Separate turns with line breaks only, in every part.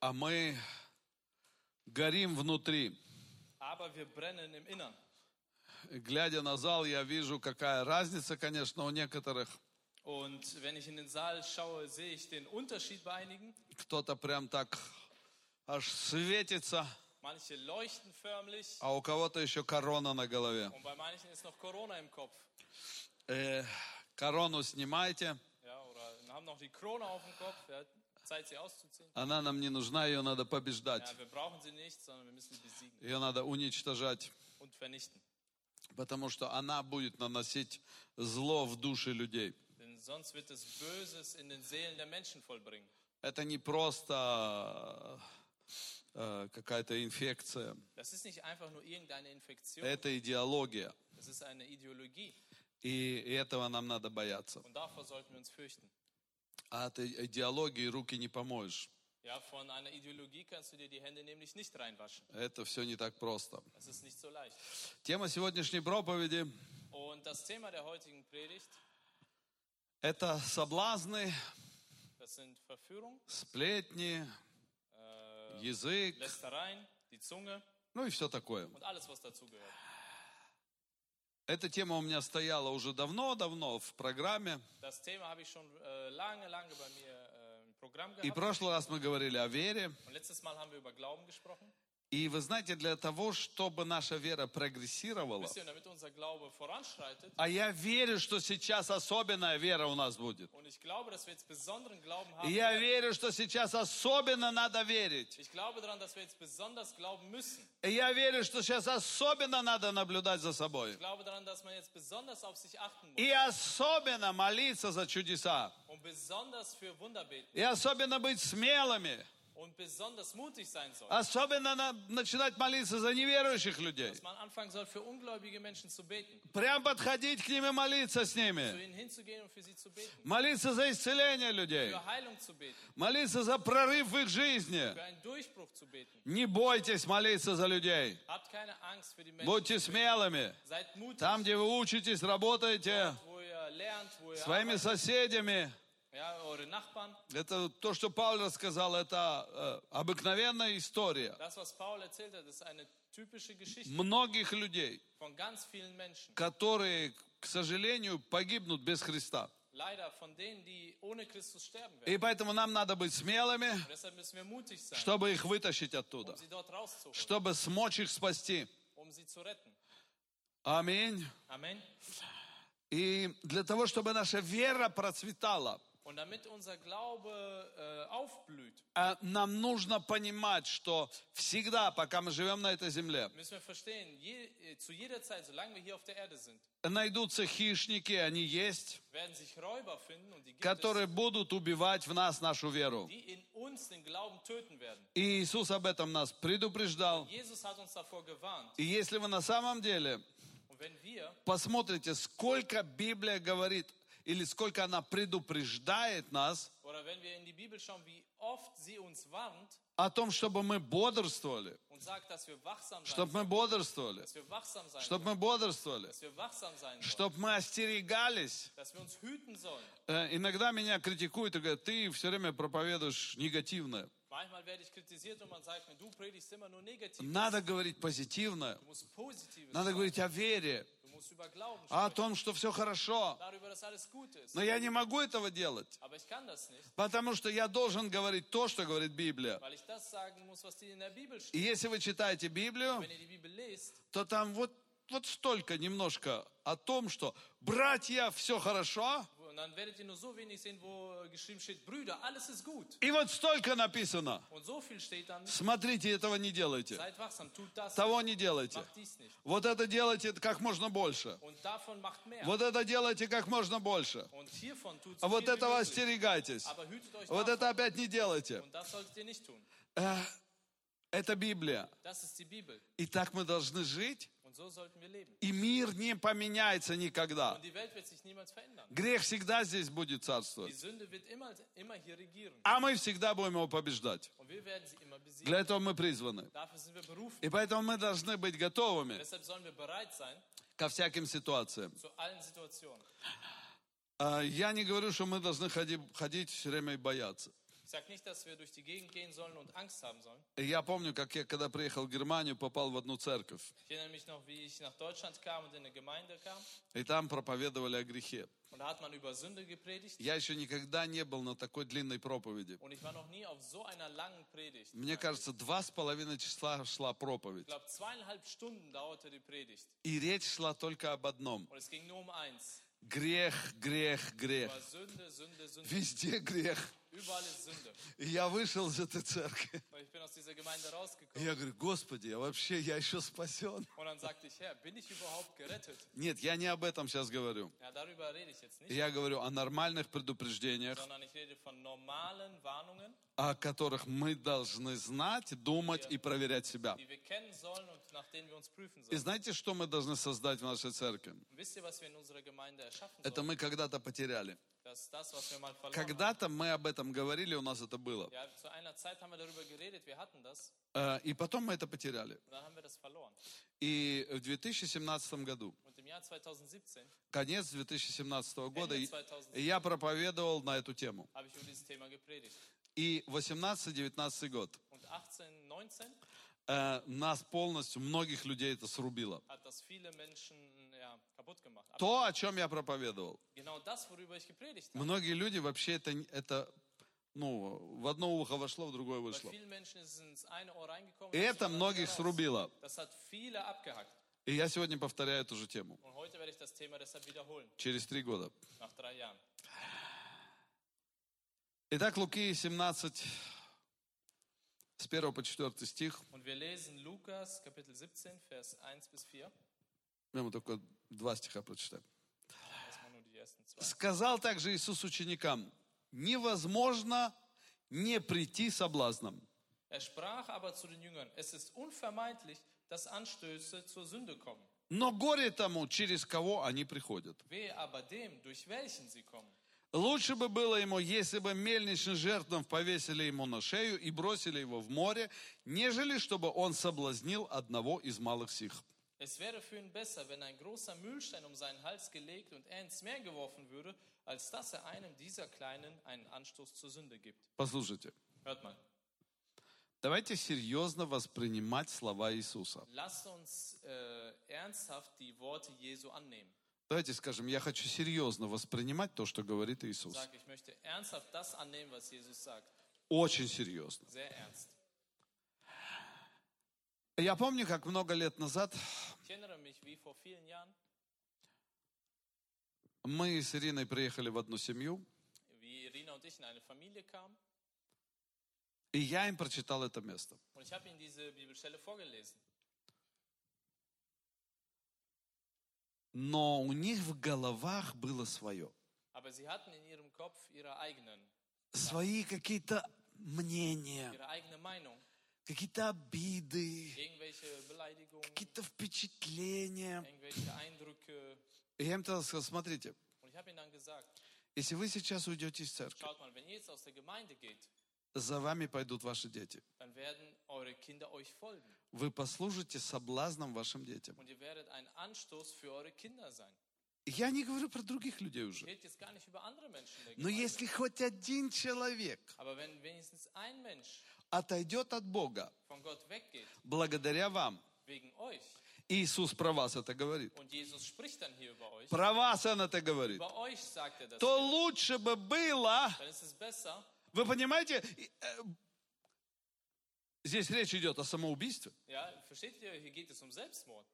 а мы горим внутри.
aber wir brennen im Innern.
Глядя на зал, я вижу, какая разница, конечно, у некоторых.
Und wenn ich in den Saal schaue, sehe ich den Unterschied bei einigen.
Кто-то прям так аж светится,
Manche leuchten förmlich
а у кого-то еще корона на голове.
und bei manchen ist noch Corona im Kopf.
Э, корону снимайте,
Ja, oder haben noch die Krone auf dem Kopf. Ja, Zeit, sie auszuziehen.
она нам не нужна, ее надо побеждать.
Ja, wir brauchen sie nicht, sondern wir müssen sie besiegen
Ее надо уничтожать,
und vernichten.
потому что она будет наносить зло в души людей.
Denn sonst wird es Böses in den Seelen der Menschen vollbringen.
Это не просто э, какая-то инфекция,
Das ist nicht einfach nur irgendeine Infektion,
это идеология.
das ist eine Ideologie.
И этого нам надо бояться.
Und davor sollten wir uns fürchten.
А от и- идеологии руки не помоешь.
Ja, von einer Ideologie kannst du dir die Hände nämlich nicht reinwaschen.
Это все не так просто.
Das ist nicht so leicht.
Тема сегодняшней проповеди
Und das Thema der heutigen Predigt,
– это соблазны,
das sind Verführung,
сплетни,
äh,
язык,
Lästereien, die Zunge
ну и все такое.
und alles, was dazugehört.
Эта тема у меня стояла уже давно-давно в программе.
Das Thema habe ich schon äh, lange, lange bei mir äh, im Programm
И в
gehabt.
прошлый раз мы говорили о вере.
Und letztes Mal haben wir über Glauben gesprochen.
И вы знаете, для того, чтобы наша вера прогрессировала,
Wisst ihr, damit unser Glaube voranschreitet,
а я верю, что сейчас особенная вера у нас будет.
und ich glaube, dass wir jetzt besonderen Glauben
И
haben,
я верю, что сейчас особенно надо верить.
ich glaube daran, dass wir jetzt besonders glauben müssen.
И я верю, что сейчас особенно надо наблюдать за собой.
Ich glaube daran, dass man jetzt besonders auf sich achten muss
И особенно молиться за чудеса.
und besonders für Wunder beten
И особенно быть смелыми.
und besonders mutig sein soll.
Ah. Особенно на- начинать молиться за неверующих людей.
Dass man anfangen soll, für ungläubige Menschen zu beten.
Прям подходить к ним и молиться с
zu
ними.
ihnen hinzugehen und für sie zu beten,
Молиться за исцеление людей.
für Heilung zu beten,
Молиться за прорыв в их жизни.
für einen Durchbruch zu beten.
Не бойтесь молиться за людей.
Habt keine Angst für die Menschen.
Будьте смелыми.
Seid mutig,
Там, где вы учитесь, работаете
wo ihr lernt, wo ihr
своими соседями.
arbeitet. ja, eure Nachbarn.
Это то, что Павел рассказал, это э, обыкновенная история
Das, was Paul erzählt hat, ist eine typische Geschichte
многих людей,
von ganz vielen Menschen.
которые, к сожалению, погибнут без Христа.
Leider von denen, die ohne Christus sterben werden.
И поэтому нам надо быть смелыми,
Und deshalb müssen wir mutig sein,
чтобы их вытащить
um
оттуда,
sie dort rauszuholen,
чтобы смочь их спасти.
um sie zu retten.
Аминь.
Amen.
И для того, чтобы наша вера процветала,
Und damit unser Glaube äh, aufblüht,
А Нам нужно понимать, что всегда, пока мы живем на этой земле,
müssen wir verstehen, je, äh, zu jeder Zeit, solange wir hier auf der Erde sind,
найдутся хищники, они есть,
werden sich Räuber finden und die gibt es,
которые будут убивать в нас нашу веру.
die in uns den Glauben töten werden.
И Иисус об этом нас предупреждал.
Jesus hat uns davor gewarnt.
И если вы на самом деле
Und wenn wir
посмотрите, сколько Библия говорит, или сколько она предупреждает нас
oder wenn wir in die Bibel schauen, wie oft sie uns warnt
о том, чтобы мы бодрствовали,
und sagt, dass wir wachsam sein,
чтобы мы бодрствовали,
dass wir wachsam sein, sollen,
чтобы мы бодрствовали,
dass wir wachsam sein sollen,
чтобы мы остерегались,
dass wir uns hüten sollen.
Э, Иногда меня критикуют и говорят, ты все время проповедуешь негативное.
Manchmal werde ich kritisiert und man sagt mir, du predigst immer nur negativ.
Надо говорить позитивное.
Du musst Positives
Надо
sagen.
говорить о вере,
Du musst über Glauben
о
sprechen,
том, что все хорошо.
darüber, dass alles gut ist.
Но я не могу этого делать,
Aber ich kann das nicht,
потому что я должен говорить то, что говорит Библия.
weil ich das sagen muss, was dir in der Bibel steht.
И если вы читаете Библию,
Wenn ihr die Bibel lest,
то там вот, вот столько немножко о том, что «братья, все хорошо»,
Und dann werdet ihr nur so wenig sehen, wo geschrieben steht, Brüder, alles ist gut.
и вот столько написано.
Und so viel steht dann,
Смотрите, этого не делайте,
seid wachsam, tut das,
того не делайте.
macht dies nicht.
Вот это делайте как можно больше.
Und davon macht mehr.
Вот это делайте как можно больше.
Und hiervon tut so
А
viel
вот
wie
этого
möglich.
остерегайтесь.
Aber hütet euch
Вот
davon.
это опять не делайте.
Und das solltet ihr nicht tun.
Э, Это Библия.
Das ist die Bibel.
И так мы должны жить,
Und so sollten wir leben.
и мир не поменяется никогда.
Und die Welt wird sich niemals verändern.
Грех всегда здесь будет
Die
царствовать.
Sünde wird immer, immer hier regieren.
А мы всегда будем его побеждать.
Und wir werden sie immer besiegen.
Для этого мы призваны.
Dafür sind wir berufen.
И поэтому мы должны быть готовыми
Deshalb sollen wir bereit sein
ко всяким ситуациям.
zu allen Situationen.
А, Я не говорю, что мы должны ходи- ходить все время и бояться.
Ich sage nicht, dass wir durch die Gegend gehen sollen und Angst haben sollen.
И я помню, как я, когда приехал в Германию, попал в одну церковь.
Ich erinnere mich noch, wie ich nach Deutschland kam und in eine Gemeinde kam.
И там проповедовали о грехе.
Und da hat man über Sünde gepredigt.
Я еще никогда не был на такой длинной проповеди.
Und ich war noch nie auf so einer langen Predigt.
Мне кажется, два с половиной числа шла
Ich
проповедь.
glaube, zweieinhalb Stunden dauerte die Predigt.
И речь шла только об одном.
Und es ging nur um eins.
Грех, грех, грех.
Über Sünde, Sünde, Sünde.
Везде грех.
Überall ist Sünde.
И я вышел из этой церкви.
Und ich bin aus dieser Gemeinde
И
rausgekommen.
я говорю, Господи, я вообще, я еще спасен.
Und dann sagte ich, Herr, bin ich überhaupt gerettet?
Нет, я не об этом сейчас говорю.
Ja, darüber rede ich jetzt nicht.
Я говорю о нормальных предупреждениях,
Sondern ich rede von normalen Warnungen,
о которых мы должны знать, думать и проверять себя.
die wir kennen sollen und nach denen wir uns prüfen
И
sollen.
знаете, что мы должны создать в нашей церкви?
Und wisst ihr, was wir in unserer Gemeinde erschaffen
Это
sollen?
мы когда-то потеряли.
Das ist das, was wir mal verloren haben.
Когда-то мы об этом говорили, у нас это было.
Ja, zu einer Zeit haben wir darüber geredet, wir hatten das.
Э, И потом мы это потеряли.
Und dann haben wir das verloren.
И в 2017 году,
Und im Jahr 2017
конец 2017 года,
Ende
и-
2017.
я проповедовал на эту тему.
habe ich über dieses Thema gepredigt.
И 18-19 год
Und 18, 19
э, нас полностью, многих людей это срубило.
hat das viele Menschen mm, ja, kaputt gemacht. Aber
То, о чем я проповедовал.
genau das, worüber ich gepredigt habe.
Многие люди вообще это, не- это ну, в одно ухо вошло, в другое
Bei
вышло.
vielen Menschen ist es ins eine Ohr reingekommen.
И
und
это
aus dem anderen
многих
raus.
срубило.
Das hat viele abgehackt.
И я сегодня повторяю эту же тему.
Und heute werde ich das Thema deshalb wiederholen,
Через три года.
nach drei Jahren.
Итак, Луки 17, с 1 по 4 стих.
Und wir lesen Lukas Kapitel 17, Vers 1 bis 4.
Я ему только два стиха прочитаю.
Erstmal nur die ersten zwei.
Сказал также Иисус ученикам, невозможно не прийти соблазном.
Er sprach aber zu den Jüngern, es ist unvermeidlich, dass Anstöße zur Sünde kommen.
Но горе тому, через кого они приходят.
Wehe aber dem, durch welchen sie kommen.
Лучше бы было ему, если бы мельничный жертвенов повесили ему на шею и бросили его в море, нежели чтобы он соблазнил одного из малых сих.
Es wäre für ihn besser, wenn ein großer Mühlstein um seinen Hals gelegt und er ins Meer geworfen würde, als dass er einem dieser Kleinen einen Anstoß zur Sünde gibt.
Послушайте,
Hört mal.
давайте серьезно воспринимать слова Иисуса.
Lasst uns äh, ernsthaft die Worte Jesu annehmen.
Давайте скажем, я хочу серьезно воспринимать то, что говорит Иисус.
Sag, ich möchte ernsthaft das annehmen, was Jesus sagt.
Очень серьезно.
Sehr ernst.
Я помню, как много лет назад
Ich erinnere mich, wie vor vielen Jahren,
мы с Ириной приехали в одну семью,
wie Irina und ich in eine Familie kamen
и я им прочитал это место.
und ich habe ihnen diese Bibelstelle vorgelesen.
Но у них в головах было свое.
Aber sie hatten in ihrem Kopf ihre eigenen,
Свои какие-то мнения,
ihre eigene Meinung,
какие-то обиды,
irgendwelche Beleidigungen,
какие-то впечатления.
irgendwelche Eindrücke.
И я им тогда сказал, смотрите,
Und ich habe ihnen dann gesagt,
если вы сейчас уйдете из церкви,
schaut mal, wenn ihr jetzt aus der Gemeinde geht,
за вами пойдут ваши дети.
dann werden eure Kinder euch folgen
Вы послужите соблазном вашим детям.
und ihr werdet ein Anstoß für eure Kinder sein.
Я не говорю про других людей
Ich
уже.
rede jetzt gar nicht über andere Menschen in der
Но
Gemeinde.
если хоть один человек
Aber wenn wenigstens ein Mensch
отойдет от Бога,
von Gott weggeht,
благодаря вам.
wegen euch,
Иисус про вас это говорит.
und Jesus spricht dann hier über euch,
Про вас он это говорит.
über euch sagt er das,
То лучше бы было,
dann ist es besser.
вы понимаете, и, э, здесь речь идет о самоубийстве.
Ja, versteht ihr, hier geht es um Selbstmord.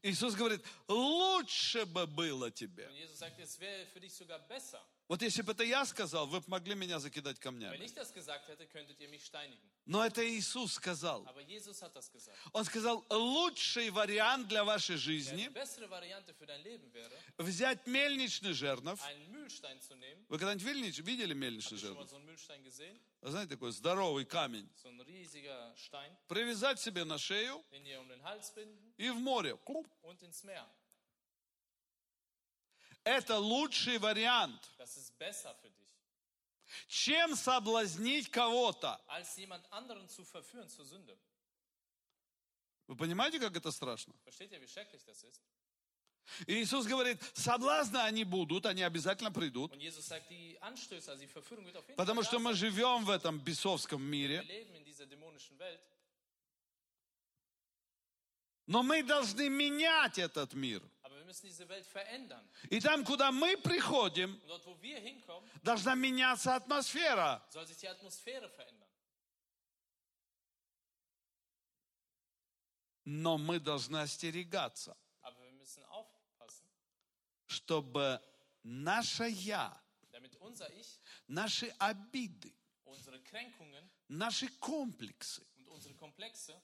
Иисус говорит, лучше бы было тебе.
Und Jesus sagt, es wäre für dich sogar besser.
Вот если бы это я сказал, вы бы могли меня закидать
Wenn
камнями.
ich das gesagt hätte, könntet ihr mich steinigen.
Но это Иисус сказал.
Aber Jesus hat das gesagt.
Он сказал, лучший вариант для вашей
Ja, die
жизни
bessere Variante für dein Leben wäre,
взять мельничный жернов.
einen Mühlstein zu nehmen.
Вы когда-нибудь вильнич- видели
Habt
мельничный
ihr schon
жернов? А
mal so einen Mühlstein gesehen?
Знаете, такой здоровый камень.
So ein riesiger Stein,
Привязать себе на шею
den ihr um den Hals binden
и в море.
und ins Meer.
Это лучший вариант,
Das ist besser für dich,
чем соблазнить кого-то.
als jemand anderen zu verführen zur Sünde.
Вы понимаете, как это страшно?
Versteht ihr, wie schrecklich das ist?
И Иисус говорит, соблазны они будут, они обязательно придут,
Und Jesus sagt, die Anstöße, also die Verführung wird auf jeden
потому что
Fall da
мы живем в этом бесовском
sein.
мире.
Wir leben in dieser dämonischen Welt.
Но мы должны менять этот мир.
Aber wir müssen diese Welt verändern.
И там, куда мы приходим,
Und dort, wo wir hinkommen,
должна меняться атмосфера.
soll sich die Atmosphäre verändern.
Но мы должны остерегаться,
Aber wir müssen aufpassen,
чтобы наше «я»,
damit unser Ich,
наши обиды,
unsere Kränkungen
наши комплексы
und unsere Komplexe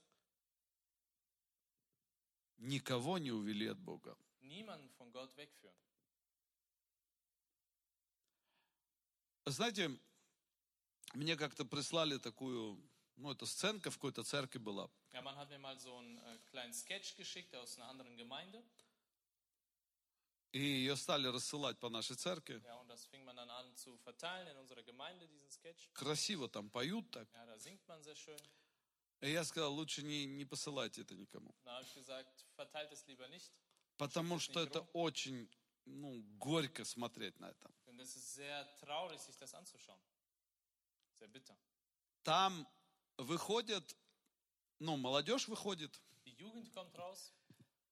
никого не увели от Бога.
niemanden von Gott wegführen.
Знаете, мне как-то прислали такую, ну, это сценка в какой-то церкви была.
Ja, man hat mir mal so einen äh, kleinen Sketch geschickt aus einer anderen Gemeinde.
И ее стали рассылать по нашей церкви.
Ja, und das fing man dann an zu verteilen in unserer Gemeinde, diesen Sketch.
Красиво там поют так.
Ja, da singt man sehr schön.
И я сказал, лучше не, не посылайте это никому.
Da habe ich gesagt, verteilt es lieber nicht,
Потому что это очень, ну, горько смотреть на это.
denn es ist sehr traurig, sich das anzuschauen. Sehr bitter.
Там выходят, ну, молодежь выходит,
Die Jugend kommt raus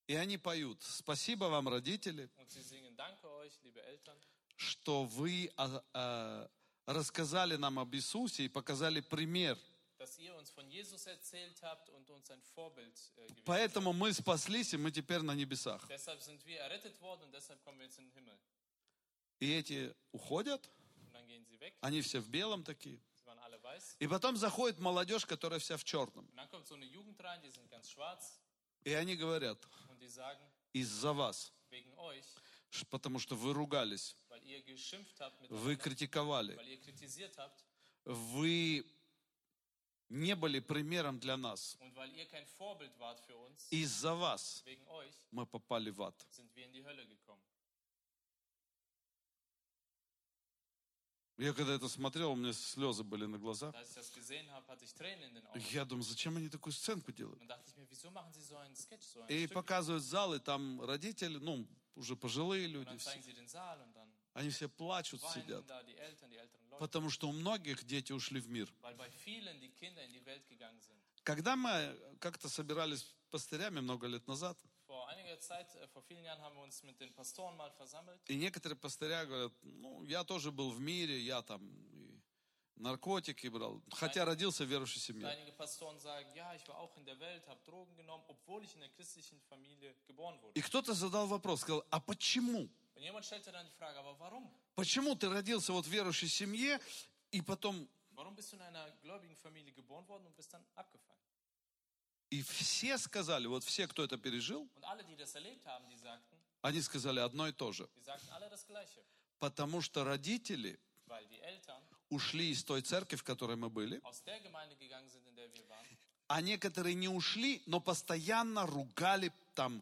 и они поют. Спасибо вам, родители,
und sie singen Danke euch, liebe Eltern,
что вы а, а, рассказали нам об Иисусе и показали пример.
dass ihr uns von Jesus erzählt habt und uns ein Vorbild äh, gewesen seid.
Поэтому мы спаслись, и мы теперь на небесах.
Deshalb sind wir errettet worden und deshalb kommen wir jetzt in den Himmel.
И эти уходят,
Und dann gehen sie weg,
они все в белом такие.
sie waren alle weiß.
И потом заходит молодежь, которая вся в черном.
Und dann kommt so eine Jugend rein, die sind ganz schwarz
И они говорят,
und die sagen,
из-за вас,
wegen euch,
ш- потому что вы ругались,
weil ihr geschimpft habt mit
вы критиковали,
weil ihr kritisiert habt
вы не были примером для нас.
und weil ihr kein Vorbild wart für uns,
Из-за вас
wegen euch
мы попали в ад.
sind wir in die Hölle gekommen.
Я когда это смотрел, у меня слезы были на глазах.
Da ich das gesehen habe, hatte ich Tränen in den Augen.
Я думаю, зачем они такую сценку делают?
Dann dachte ich mir, wieso machen sie so einen Sketch, so ein
И
Stück?
показывают зал, и там родители, ну, уже пожилые
Und
люди,
dann zeigen
все.
sie den Saal und dann
они все плачут, сидят.
weinen da die Eltern, die älteren Leute,
Потому что у многих дети ушли в мир.
weil bei vielen die Kinder in die Welt gegangen sind.
Когда мы как-то собирались с пастырями много лет назад,
Vor einiger Zeit, äh, vor vielen Jahren, haben wir uns mit den Pastoren mal versammelt.
и некоторые пастыря говорят, ну, я тоже был в мире, я там и наркотики брал, хотя родился в верующей семье.
Einige Pastoren sagen, ja, ich war auch in der Welt, habe Drogen genommen, obwohl ich in der christlichen Familie geboren wurde.
И кто-то задал вопрос, сказал, а почему?
Und jemand stellte dann die Frage, aber warum?
Почему ты родился вот в верующей семье, и потом...
Warum bist du in einer gläubigen Familie geboren worden und bist dann abgefallen?
И все сказали, вот все, кто это пережил,
Und alle, die das erlebt haben, die sagten,
они сказали одно и то же.
die sagten alle das Gleiche.
Потому что родители
Weil die Eltern
ушли из той церкви, в которой мы были,
aus der Gemeinde gegangen sind, in der wir waren.
а некоторые не ушли, но постоянно ругали там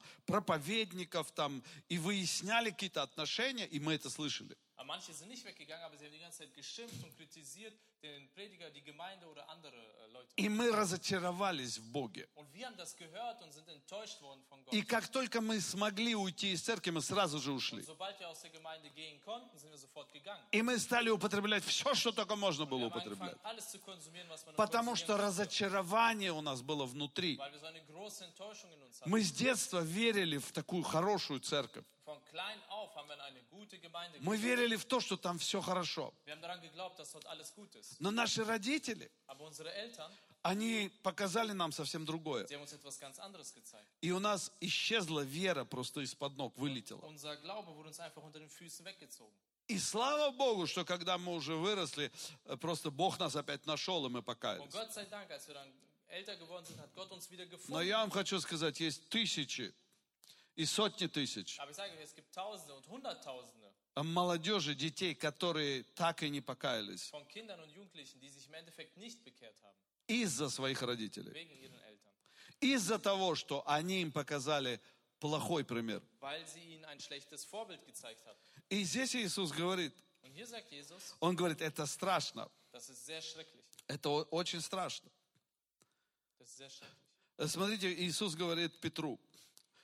проповедников там и выясняли какие-то отношения, и мы это слышали.
Aber manche sind nicht weggegangen, aber sie haben die ganze Zeit geschimpft und kritisiert den Prediger, die Gemeinde oder andere äh, Leute.
И мы разочаровались в Боге.
Und wir haben das gehört und sind enttäuscht worden von Gott.
И как только мы смогли уйти из церкви, мы сразу же
Und
ушли.
sobald wir aus der Gemeinde gehen konnten, sind wir sofort gegangen.
И мы стали употреблять все, что только можно было
Wir haben angefangen,
употреблять.
alles zu konsumieren, was man nur
Потому что
konsumieren konnte,
разочарование у нас было внутри.
weil wir so eine große Enttäuschung in uns hatten.
Мы с детства верили в такую хорошую церковь.
Von klein auf haben wir in eine gute Gemeinde
Мы
gegangen.
верили в то, что там все хорошо.
Wir haben daran geglaubt, dass dort alles gut ist.
Но наши родители,
Aber unsere Eltern,
они показали нам совсем другое.
sie haben uns etwas ganz anderes gezeigt.
И у нас исчезла вера просто из-под ног, вылетела.
Unser Glaube wurde uns einfach unter den Füßen weggezogen.
И слава Богу, что когда мы уже выросли, э, просто Бог нас опять нашел, и мы
Und
покаялись.
Gott sei Dank, als wir dann älter geworden sind, hat Gott uns wieder
Но
gefunden.
я вам хочу сказать, есть tысячи и sotни тысяч
Aber ich sage euch, es gibt Tausende und Hunderttausende
молодежи, детей, которые так и не покаялись
von Kindern und Jugendlichen, die sich im Endeffekt nicht bekehrt haben,
из-за своих родителей,
wegen ihren Eltern,
из-за того, что они им показали плохой пример.
weil sie ihnen ein schlechtes Vorbild gezeigt haben.
И здесь Иисус говорит,
Und hier sagt Jesus,
Он говорит, это страшно,
das ist sehr schrecklich.
это о- очень страшно.
Das ist sehr schrecklich.
Э, Смотрите, Иисус говорит Петру,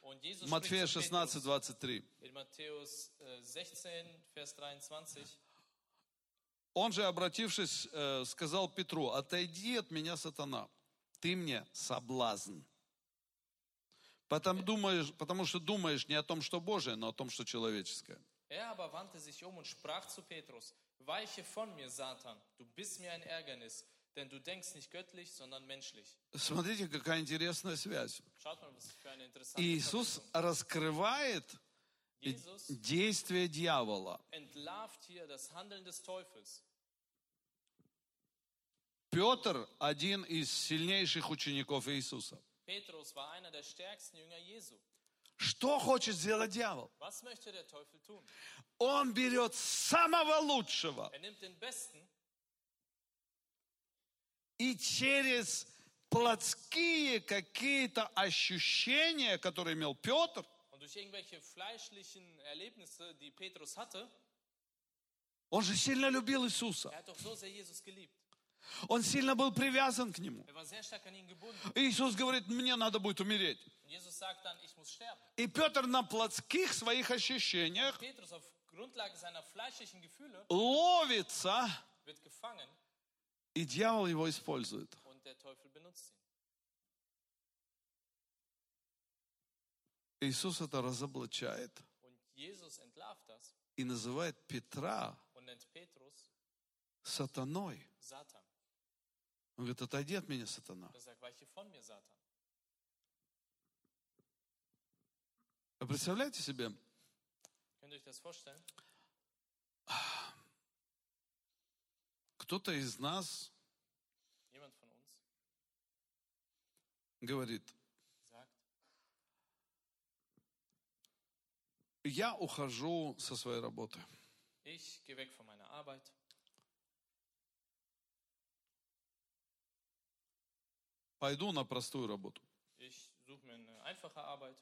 Und Jesus
Матфея
spricht zu
16,
Petrus
23.
in Matthäus äh, 16, Vers 23.
Он же, обратившись, э, сказал Петру, отойди от меня, сатана, ты мне соблазн. Потом думаешь, потому что думаешь не о том, что Божие, но о том, что человеческое.
Er aber wandte sich um und sprach zu Petrus, Weiche von mir, Satan, du bist mir ein Ärgernis, denn du denkst nicht göttlich, sondern menschlich.
Смотрите, какая интересная связь.
Schaut mal, was für eine interessante
Иисус
Verbindung.
раскрывает
Jesus
действие дьявола.
entlarvt hier das Handeln des Teufels.
Петр – один из сильнейших учеников Иисуса.
Petrus war einer der stärksten Jünger Jesu.
Что хочет сделать дьявол?
Was möchte der Teufel tun?
Он берет самого лучшего
Er nimmt den Besten
и через плотские какие-то ощущения, которые имел Петр,
und durch irgendwelche fleischlichen Erlebnisse, die Petrus hatte,
он же сильно любил Иисуса.
er hat doch so sehr Jesus geliebt.
Он сильно был привязан к нему.
Er war sehr stark an ihn gebunden.
Иисус говорит, мне надо будет умереть.
Und Jesus sagt dann, ich muss sterben.
И Петр на плотских своих ощущениях
Petrus auf Grundlage seiner fleischlichen Gefühle
ловится,
wird gefangen
и дьявол его использует.
und der Teufel benutzt ihn.
Иисус это разоблачает
Und Jesus entlarvt das
и называет Петра
und nennt Petrus
сатаной.
Satan.
Он говорит, отойди от меня, сатана.
Er sagt, weiche von mir, Satan.
Вы А представляете себе,
Könnt ihr euch das vorstellen?
кто-то из нас
Jemand von uns
говорит,
sagt,
я ухожу со своей работы.
ich gehe weg von meiner Arbeit.
Пойду на простую работу,
Ich suche mir eine einfache Arbeit,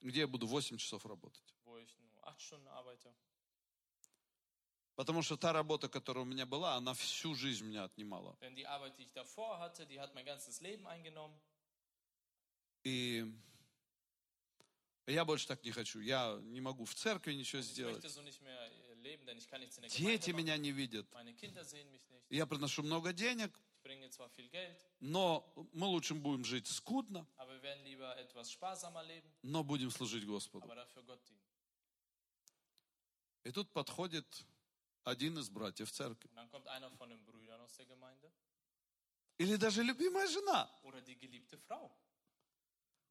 где я буду 8 часов работать.
wo ich nur acht Stunden arbeite.
Потому что та работа, которая у меня была, она всю жизнь меня отнимала.
Denn die Arbeit, die ich davor hatte, die hat mein ganzes Leben eingenommen.
И я больше так не хочу. Я не могу в церкви ничего
Ich möchte
сделать.
so nicht mehr äh, leben, denn ich kann nichts in der
Дети
Gemeinde machen.
меня не видят.
Meine Kinder sehen mich nicht.
Я приношу много денег,
Ich bringe zwar viel Geld,
но мы лучше будем жить скудно,
aber wir werden lieber etwas sparsamer leben,
но будем служить Господу.
aber dafür Gott dienen.
И тут подходит один из братьев церкви.
Und dann kommt einer von den Brüdern aus der Gemeinde
Или даже любимая жена.
oder die geliebte Frau.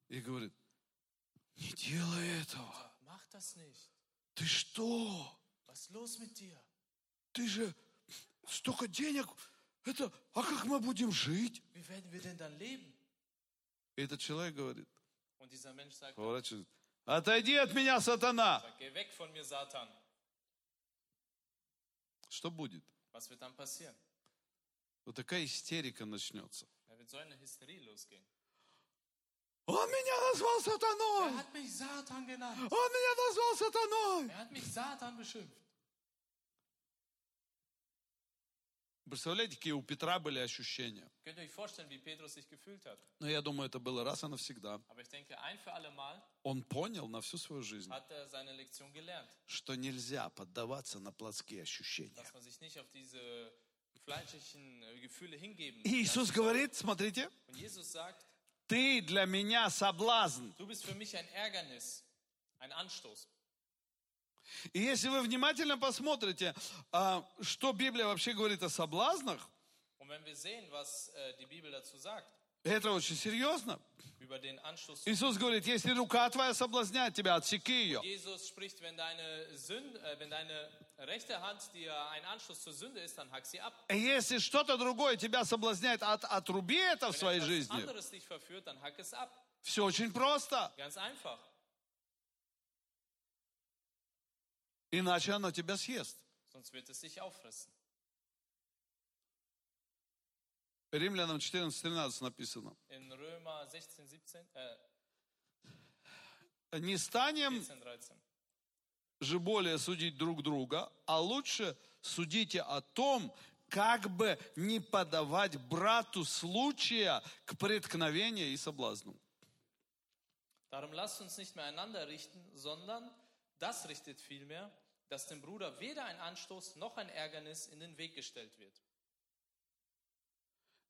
И говорит, не делай этого.
Sagt, Mach das nicht.
Ты что?
Was ist los mit dir?
Ты же столько денег. Это, а как мы будем жить?
Wie werden wir denn dann leben?
И этот человек говорит,
Und dieser Mensch sagt,
поворачивается, отойди от меня, сатана.
sagt, geh weg von mir, Satan.
Что будет?
Was wird dann passieren?
Вот такая истерика начнется.
Da wird so eine Hysterie losgehen.
Он меня назвал
Er
сатаной!
hat mich Satan genannt.
Он меня назвал сатаной!
Er hat mich Satan beschimpft.
Представляете, какие у Петра были ощущения?
Könnt ihr euch vorstellen, wie Petrus sich gefühlt hat?
Но я думаю, это было раз и навсегда.
Aber ich denke, ein für alle Mal
Он понял на всю свою жизнь,
hat er seine Lektion gelernt,
что нельзя поддаваться на плотские ощущения.
dass man sich nicht auf diese fleischlichen äh, Gefühle hingeben
И Иисус
darf.
говорит, смотрите,
Und Jesus sagt,
ты для меня соблазн.
du bist für mich ein Ärgernis, ein Anstoß.
И если вы внимательно посмотрите, а, что Библия вообще говорит о соблазнах,
Und wenn wir sehen, was äh, die Bibel dazu sagt,
это очень серьезно.
über den Anstoß,
Иисус говорит, если рука твоя соблазняет тебя, отсеки ее.
Jesus spricht, wenn deine, Sünde, äh, wenn deine rechte Hand dir ein Anstoß zur Sünde ist, dann hack sie ab.
Если что-то другое тебя соблазняет, от, отруби это в
Wenn
своей
etwas
жизни.
anderes dich verführt, dann hack es ab.
Все очень просто.
Ganz einfach.
Иначе оно тебя съест.
Sonst wird es dich auffressen.
Римлянам 14.13 написано.
In Römer 16, 17, äh,
Не станем
14, 13.
же более судить друг друга, а лучше судите о том, как бы не подавать брату случая к преткновению и соблазну.
Darum lasst uns nicht mehr einander richten, sondern das richtet vielmehr, dass dem Bruder weder ein Anstoß noch ein Ärgernis in den Weg gestellt wird.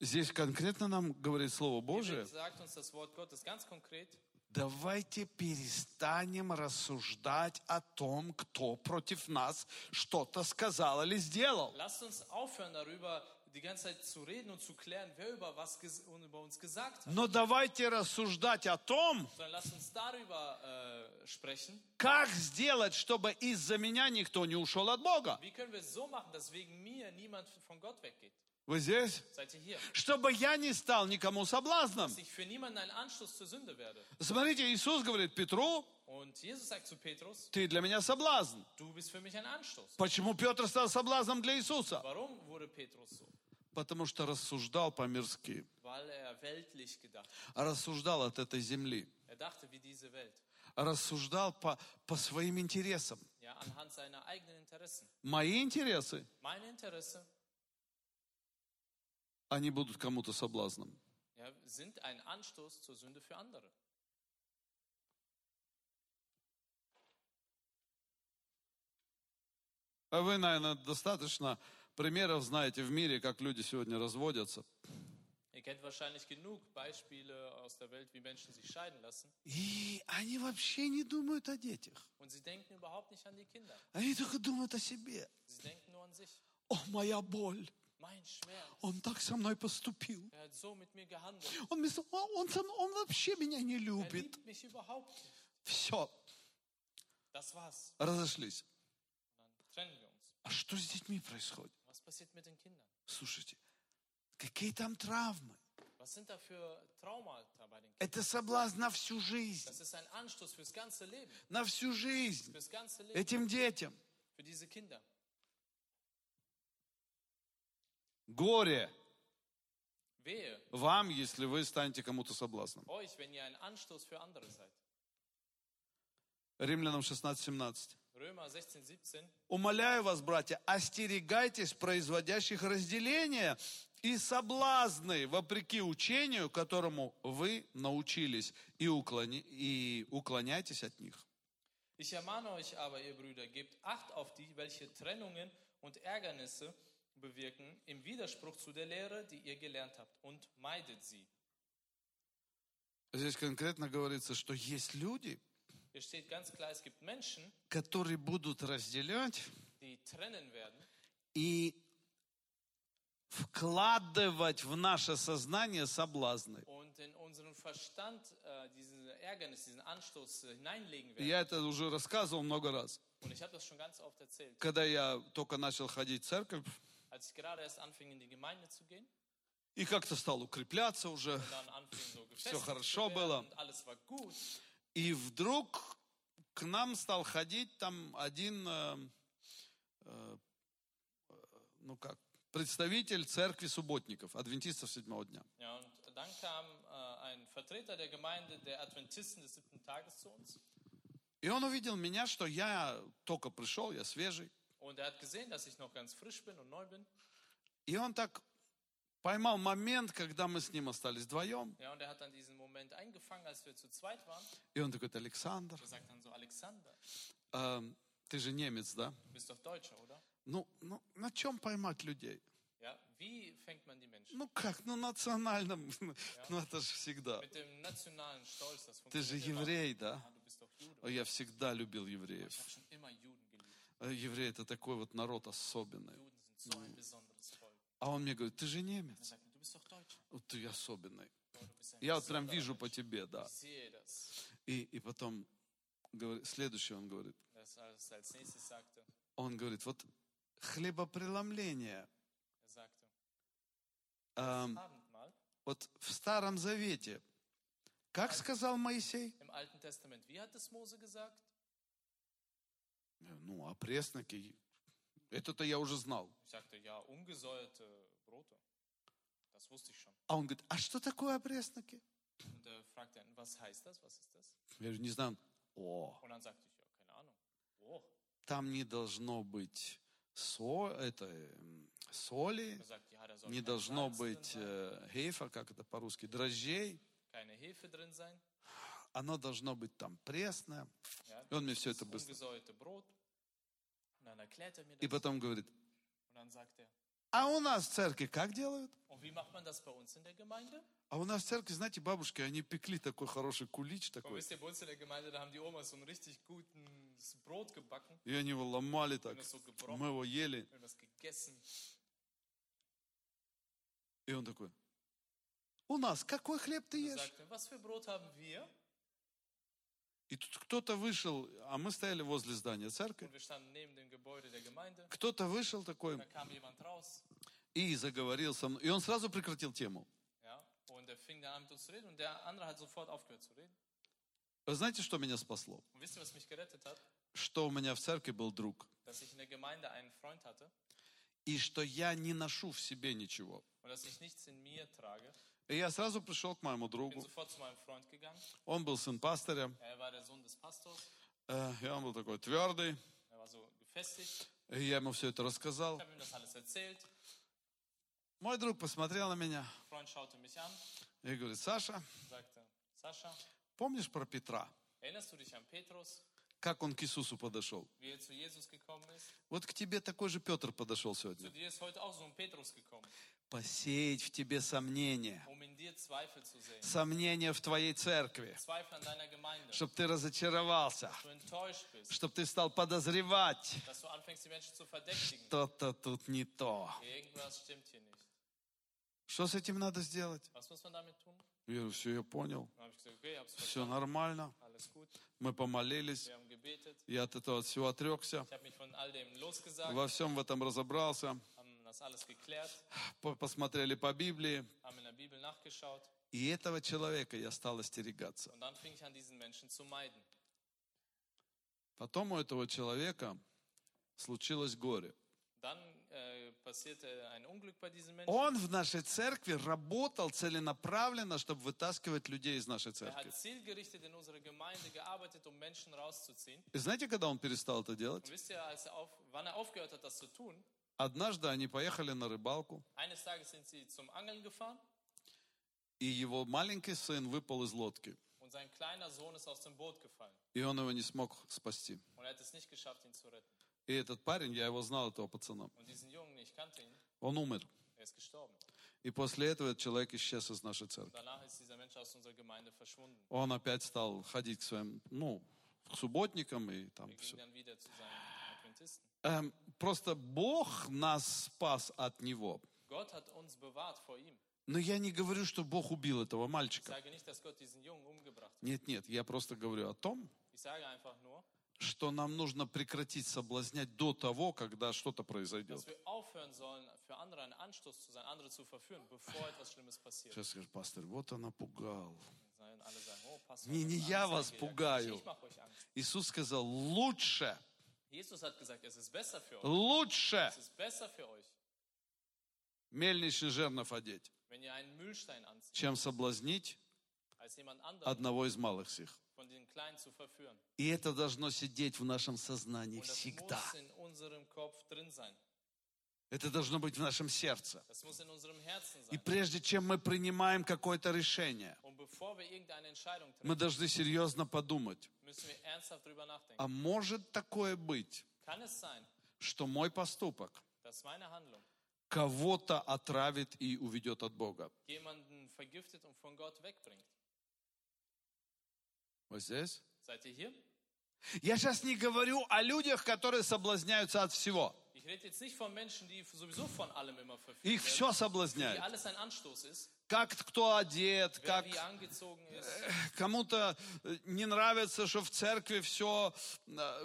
Здесь конкретно нам говорит Слово
Hier
Божие.
sagt uns das Wort Gottes ganz konkret,
Давайте перестанем рассуждать о том, кто против нас что-то сказал или сделал.
lasst uns aufhören darüber, die ganze Zeit zu reden und zu klären, wer über was ges- und über uns gesagt hat,
Но давайте рассуждать о том,
sondern lasst uns darüber äh, sprechen,
как сделать, чтобы из-за меня никто не ушел от Бога.
wie können wir es so machen, dass wegen mir niemand von Gott weggeht.
Вы здесь?
Seid ihr hier?
Чтобы я не стал никому соблазном.
Dass ich für niemanden ein Anstoß zur Sünde werde.
Смотрите, Иисус говорит Петру,
Und Jesus sagt zu Petrus,
ты для меня соблазн.
du bist für mich ein Anstoß.
Почему Петр стал соблазном для Иисуса?
Warum wurde Petrus so?
Потому что rassуждал по-мирски.
Weil er weltlich gedacht hat.
Рассуждал от этой земли.
Er dachte wie diese Welt.
Рассуждал по, по своим интересам.
Ja, anhand seiner eigenen Interessen.
Мои интересы,
Meine Interessen
они будут кому-то соблазном.
ja, sind ein Anstoß zur Sünde für andere.
А Вы, наверное, достаточно примеров знаете в мире, как люди сегодня разводятся.
Ihr kennt wahrscheinlich genug Beispiele aus der Welt, wie Menschen sich scheiden lassen.
И они вообще не думают о детях.
Und sie denken überhaupt nicht an die Kinder.
Они только думают о себе.
Sie denken nur an sich.
О, моя боль.
Mein Schmerz.
Он так со мной поступил.
Er hat so mit mir gehandelt.
Он, мне со- о, он, со мной- он вообще меня не
Er
любит.
liebt mich überhaupt nicht.
Все,
Das war's.
разошлись.
Dann trennen wir uns.
А что с детьми происходит?
Was passiert mit den Kindern?
Слушайте, какие там травмы?
Was sind da für Traumata bei den Kindern?
Это соблазн на всю жизнь.
Das ist ein Anstoß fürs ganze Leben.
На всю жизнь.
Fürs ganze Leben.
Этим детям.
Für diese Kinder.
Горе
Wehe
вам, если вы станете кому-то соблазном.
euch, wenn ihr ein Anstoß für andere seid.
Римлянам 16, 17.
Römer 16, 17.
Умоляю вас, братья, остерегайтесь производящих разделения и соблазны, вопреки учению, которому вы научились, и, уклони- и уклоняйтесь от них.
Ich ermahne euch aber, ihr Brüder, gebt Acht auf die, welche Trennungen und Ärgernisse bewirken, im Widerspruch zu der Lehre, die ihr gelernt habt, und meidet sie.
Здесь конкретно говорится, что есть люди,
Hier steht ganz klar, es gibt Menschen,
которые будут разделять
die trennen werden
и вкладывать в наше сознание соблазны.
und in unseren Verstand äh, diesen Ärgernis, diesen Anstoß äh, hineinlegen werden.
Я это уже рассказывал много раз.
Und ich habe das schon ganz oft erzählt.
Когда я только начал ходить в церковь,
Als ich gerade erst anfing, in die Gemeinde zu gehen,
и как-то стал укрепляться уже,
dann anfing so gefestigt
хорошо
zu
было.
werden, und alles war gut.
И вдруг к нам стал ходить там один, э, э, ну как, представитель церкви субботников, адвентистов седьмого дня.
Ja, und dann kam äh, ein Vertreter der Gemeinde der Adventisten des siebten Tages zu uns.
И он увидел меня, что я только пришел, я свежий.
Und er hat gesehen, dass ich noch ganz frisch bin und neu bin.
И он так поймал момент, когда мы с ним остались вдвоем.
Ja, und er hat dann diesen Moment eingefangen, als wir zu zweit waren.
И он такой, Александр,
Er sagt dann so, Alexander,
э, ты же немец, да?
du bist doch Deutscher, oder?
Ну, ну, на чем поймать людей?
Ja, wie fängt man die Menschen?
Ну как, ну национальном, ну это же всегда.
Mit dem nationalen Stolz, das
Ты же
funktioniert immer.
еврей, да? А
Ah, du bist doch Jude.
Я всегда любил евреев.
Ich habe schon immer Juden geliebt.
Э, Евреи это такой вот народ особенный.
Juden sind so ein besonderes Volk.
А он мне говорит, ты же
Er
немец,
sagt, mir, du bist doch Deutscher.
вот ты особенный.
Ja, du bist ein
Я вот прям
besonderer
вижу
Mensch.
по тебе, да.
Ich sehe das.
И, и потом говорит, следующее он говорит.
Das, als er als nächstes sagte,
Он говорит, вот хлебопреломление,
er sagte,
эм,
Ähm. Abendmahl
вот в Старом Завете, как сказал Моисей?
im Alten Testament. Wie hat es Mose gesagt?
Я говорю, Ну, а пресноки, это-то я уже знал.
Ich sagte, ja, ungesäuerte Brote. Das wusste ich schon.
А он говорит, а что такое опресноки?
Und er fragte ihn, was heißt das? Was ist das?
Я говорю, не знаю. О,
Und dann sagte ich, ja, keine Ahnung. Oh.
там не должно быть со, это, м, соли,
Er sagt, ja, da soll
не
kein
должно
Salz drin
быть äh,
sein,
э, гейфа, как это по-русски, дрожжей.
keine Hefe drin sein.
Оно должно быть там пресное.
Ja,
И он мне все
das
это быстро.
ungesäuerte Brot. Und dann erklärt er mir
И
das.
потом говорит,
Und dann sagt er,
а у нас в церкви как делают?
und wie macht man das bei uns in der Gemeinde?
А у нас в церкви, знаете, бабушки, они пекли такой хороший кулич
Und
такой.
wisst ihr, bei uns in der Gemeinde, da haben die Omas so ein richtig gutes Brot gebacken.
И они его ломали так.
Он его брал.
Мы его ели.
Wir haben das gegessen.
И он такой, у нас какой хлеб ты
Und er
ешь?
sagte, was für Brot haben wir?
И тут кто-то вышел, а мы стояли возле здания церкви.
Und wir standen neben dem Gebäude der Gemeinde.
Кто-то вышел
Und
такой
da kam jemand raus.
и заговорил со мной. И он сразу прекратил тему.
Ja, und er fing dann an mit uns zu reden. Und der andere hat sofort aufgehört zu reden.
Вы Знаете, что меня спасло?
Und wisst ihr, was mich gerettet hat?
Что у меня в церкви был друг.
Dass ich in der Gemeinde einen Freund hatte.
И что я не ношу в себе ничего.
Und dass ich nichts in mir trage.
И я сразу пришел к моему
Bin
другу.
sofort zu meinem Freund gegangen.
Он был сын пастыря.
Er war der Sohn des Pastors.
Э, И он был такой твердый.
Er war so gefestigt.
И я ему все это
Ich
рассказал.
habe ihm das alles erzählt.
Мой друг посмотрел на меня
Mein Freund schaute mich an und
и говорит, Саша,
sagte, Sascha,
помнишь про Петра?
erinnerst du dich an Petrus,
Как он к Иисусу подошел?
wie er zu Jesus gekommen ist?
Вот к тебе такой же Петр подошел
Zu
сегодня.
dir ist heute auch so ein Petrus gekommen,
Посеять в тебе сомнения.
um in dir Zweifel zu sehen.
Сомнения в твоей церкви.
Zweifel an deiner Gemeinde, dass
Чтобы ты разочаровался.
du enttäuscht bist,
Чтобы ты стал подозревать.
dass du anfängst, die Menschen zu verdächtigen.
Что-то тут не то.
Irgendwas stimmt hier nicht.
Что с этим надо сделать?
Was muss man damit tun?
Я говорю, все, я понял.
Dann habe ich gesagt, okay, ich hab's
Все
verstanden,
нормально.
alles gut.
Мы помолились.
Wir haben gebetet,
Я от этого от всего отрекся.
ich habe mich von all dem losgesagt,
Во всем в этом разобрался.
haben das alles geklärt,
По- Посмотрели по Библии.
haben in der Bibel nachgeschaut
И этого человека я стал остерегаться.
und dann fing ich an, diesen Menschen zu meiden.
Потом у этого человека случилось горе.
Dann äh, passierte ein Unglück bei diesem Menschen.
Он в нашей церкви работал целенаправленно, чтобы вытаскивать людей из нашей
Er
церкви.
hat zielgerichtet in unserer Gemeinde gearbeitet, um Menschen rauszuziehen.
И знаете, когда он перестал это
Und
делать?
wisst ihr, als er auf, wann er aufgehört hat, das zu tun?
Однажды они поехали на рыбалку,
Eines Tages sind sie zum Angeln gefahren
и его маленький сын выпал из лодки.
und sein kleiner Sohn ist aus dem Boot gefallen.
И он его не смог спасти.
Und er hat es nicht geschafft, ihn zu retten.
И этот парень, я его знал, этого пацана,
Und diesen Jungen, ich kannte ihn,
он умер.
er ist gestorben.
И после этого этот человек исчез из нашей церкви.
Danach ist dieser Mensch aus unserer Gemeinde verschwunden.
Он опять стал ходить к своим, ну, к субботникам и там
Er ging
все.
dann wieder zu seinen Adventisten.
Эм, просто Бог нас спас от него.
Gott hat uns bewahrt vor ihm.
Но я не говорю, что Бог убил этого
Ich
мальчика.
sage nicht, dass Gott diesen Jungen umgebracht hat.
Нет, нет, я просто говорю о том,
Ich sage einfach nur,
что нам нужно прекратить соблазнять до того, когда что-то произойдет.
dass wir aufhören sollen, für andere ein Anstoß zu sein, andere zu verführen, bevor etwas Schlimmes passiert.
Сейчас скажешь, пастор, вот он напугал.
Nein, alle sagen, oh, pass auf,
Не, не
dass
я
Angst
вас
eingeht. Ja,
пугаю.
Ich mache euch Angst.
Иисус сказал, лучше,
Jesus hat gesagt, es ist besser für
Oh.
euch.
лучше
Es ist besser für euch,
мельничный жернов одеть,
wenn ihr einen Mühlstein anzieht,
чем соблазнить
als jemand anderen
одного из малых сих.
von den Kleinen zu verführen.
И это должно сидеть в нашем сознании
Und das
всегда.
muss in unserem Kopf drin sein.
Это должно быть в нашем сердце.
Das muss in unserem Herzen
И
sein.
прежде чем мы принимаем какое-то решение,
Und bevor wir irgendeine Entscheidung treffen,
мы должны серьезно подумать,
müssen wir ernsthaft drüber nachdenken.
а может такое быть,
Kann es sein,
что мой поступок
dass meine Handlung
кого-то отравит и уведет от Бога?
jemanden vergiftet und von Gott wegbringt?
Вот здесь.
Seid ihr hier?
Я сейчас не говорю о людях, которые соблазняются от всего.
Ich rede jetzt nicht von Menschen, die sowieso von allem immer
Их
verführt werden,
все
die
соблазняет.
alles ein Anstoß ist,
Как кто одет,
wer
как
wie angezogen ist.
кому-то э, не нравится, что в церкви все,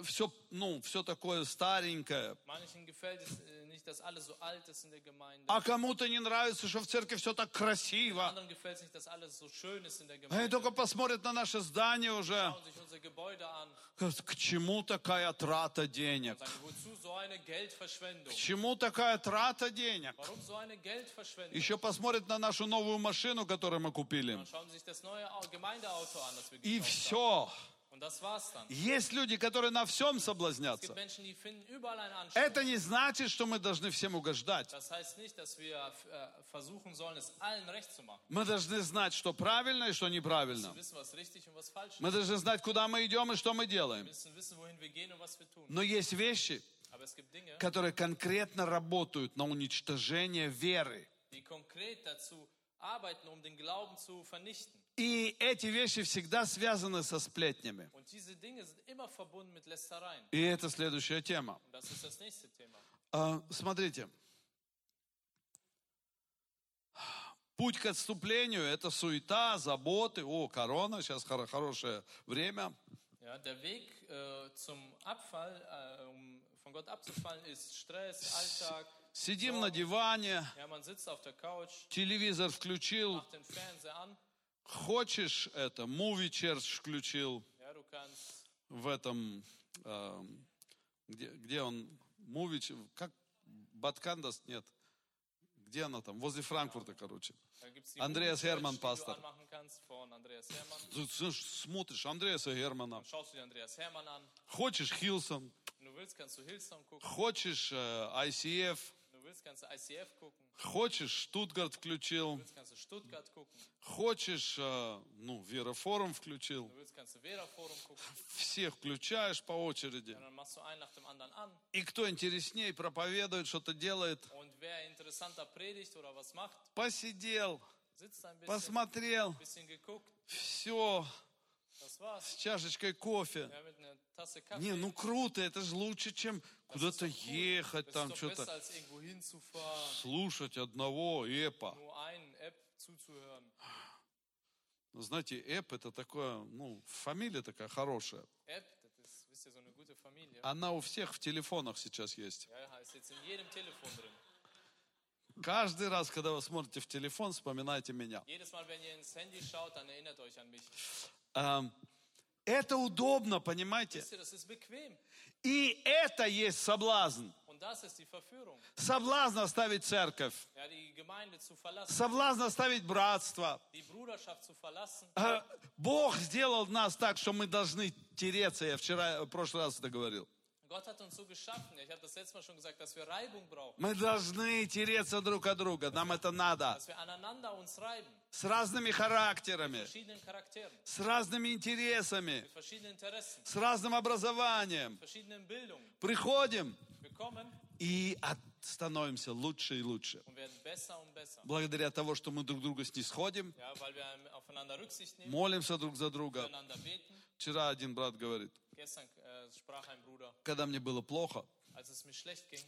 все, ну, все такое старенькое.
Manchen gefällt es äh, nicht, dass alles so alt ist in der Gemeinde.
А кому-то не нравится, что в церкви все так красиво.
Anderen gefällt es nicht, dass alles so schön ist in der
Они
Gemeinde.
только посмотрят на наше здание уже.
Schauen sich unser Gebäude an und
Скажут, К чему такая трата денег?
sagen, wozu so eine Geldverschwendung?
К чему такая трата денег?
Warum so eine Geldverschwendung?
Еще посмотрят на нашу новую машину, которую мы купили.
Dann schauen sie sich das neue Au- Gemeindeauto an, das wir
И
gekauft haben.
все.
Und das war's dann.
Есть люди, которые на всем
Es gibt
соблазнятся.
Menschen, die finden überall einen Anschluss.
Это не значит, что мы должны всем угождать.
Das heißt nicht, dass wir äh, versuchen sollen, es allen recht zu machen.
Мы должны знать, что правильно и что неправильно.
Wir wissen, was richtig und was falsch ist.
Мы должны знать, куда мы идем и что мы делаем.
Wir müssen wissen, wohin wir gehen und was wir tun.
Но есть вещи,
Aber es gibt Dinge,
которые конкретно работают на уничтожение веры.
die konkret dazu arbeiten, um den Glauben zu vernichten.
И эти вещи всегда связаны со сплетнями.
Und diese Dinge sind immer verbunden mit Lästereien.
И это следующая тема.
Und das ist das nächste Thema.
А, смотрите. Путь к отступлению – это суета, заботы. О, корона, сейчас хоро- хорошее время.
Ja, der Weg äh, zum Abfall, äh, um von Gott abzufallen, ist Stress, Alltag.
Сидим на диване,
Ja, man sitzt auf der Couch,
телевизор включил.
macht den Fernseher an.
Хочешь это, муви черч включил
Ja, du kannst
в этом, э, где, где он, муви, Church, как, Баткандас, нет. Где она там? Возле Франкфурта, короче.
Da gibt's die
Andreas
Movie-Church,
Hermann,
die
Pastor.
Du anmachen kannst von Andreas Hermann.
Ты смотришь Андреаса Германа.
Dann schaust du dir Andreas Hermann an.
Хочешь Хилсон,
Wenn du willst, kannst du Hillsong gucken.
хочешь э, ICF,
Wenn du willst, kannst du ICF gucken. Wenn
хочешь Штутгарт
du
включил,
willst, kannst du Stuttgart gucken. Wenn
хочешь, э, ну, Верофорум включил.
du willst, kannst du Vera Forum gucken.
Всех включаешь по очереди.
Und dann machst du einen nach dem anderen an.
И кто интереснее проповедует, что-то делает,
Und wer interessanter predigt oder was macht,
посидел,
sitzt ein bisschen,
посмотрел,
bisschen geguckt.
все,
Das war's.
с чашечкой кофе.
Ja, mit einer Tasse Kaffee.
Не, ну круто, это же лучше, чем
Das ist
куда-то
doch cool.
ехать,
Das ist
там
doch besser,
что-то
als irgendwo hinzufahren,
слушать одного эпа.
nur einen App zuzuhören.
Ну, Знаете, эп это такое, ну, фамилия такая хорошая.
App, das ist, wisst ihr, so eine gute Familie.
Она у всех в телефонах сейчас есть.
Ja, ist jetzt in jedem Telefon drin.
Каждый раз, когда вы смотрите в телефон, вспоминайте меня.
Jedes Mal, wenn ihr ins Handy schaut, dann erinnert euch an mich.
Эм, Это удобно, понимаете?
Wisst ihr, das ist bequem.
И это есть соблазн.
Und das ist die Verführung.
Соблазн оставить церковь.
Ja, die Gemeinde zu verlassen,
Соблазн оставить братство.
die Bruderschaft zu verlassen.
Э, Бог сделал нас так, что мы должны тереться. Я вчера, э, в прошлый раз это говорил.
Gott hat uns so geschaffen. Ich habe das letzte Mal schon gesagt, dass wir Reibung brauchen.
Мы должны тереться друг от друга. Нам это надо.
Dass wir aneinander uns reiben.
С разными характерами,
Verschiedenen Charakteren,
с разными интересами,
mit verschiedenen Interessen,
с разным образованием.
verschiedenen Bildungen.
Приходим
Wir kommen
и от- становимся лучше и лучше.
und werden besser und besser.
благодаря того, что мы друг друга снисходим,
Ja, weil wir aufeinander Rücksicht nehmen,
молимся друг за друга.
füreinander beten.
Вчера один брат говорит,
Gestern äh, sprach ein Bruder,
когда мне было плохо,
als es mir schlecht ging,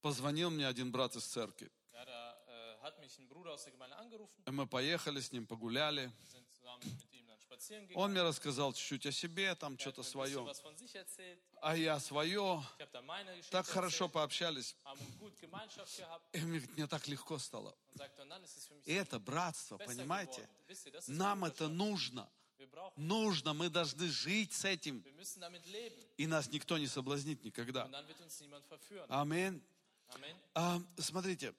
позвонил мне один брат из церкви.
ja, da äh, hat mich ein Bruder aus der Gemeinde angerufen.
И Мы поехали с ним, погуляли.
Wir sind zusammen mit ihm dann spazieren gegangen.
Он мне рассказал чуть-чуть о себе, там
Er hat
что-то
mir ein bisschen
свое.
was von sich erzählt.
А я свое.
Ich habe dann meine Geschichte
Так хорошо
erzählt,
пообщались.
haben gut Gemeinschaft gehabt
И мне, говорит, мне так легко стало.
und sagt, und dann ist es für mich
И это братство,
besser
понимаете?
geworden. Wisst ihr, das ist
Нам это
Bruderschaft.
нужно.
Wir brauchen,
Нужно, мы должны жить с этим.
wir müssen damit leben
И нас никто не соблазнит никогда.
und dann wird uns niemand verführen.
Аминь.
Amen.
А, смотрите,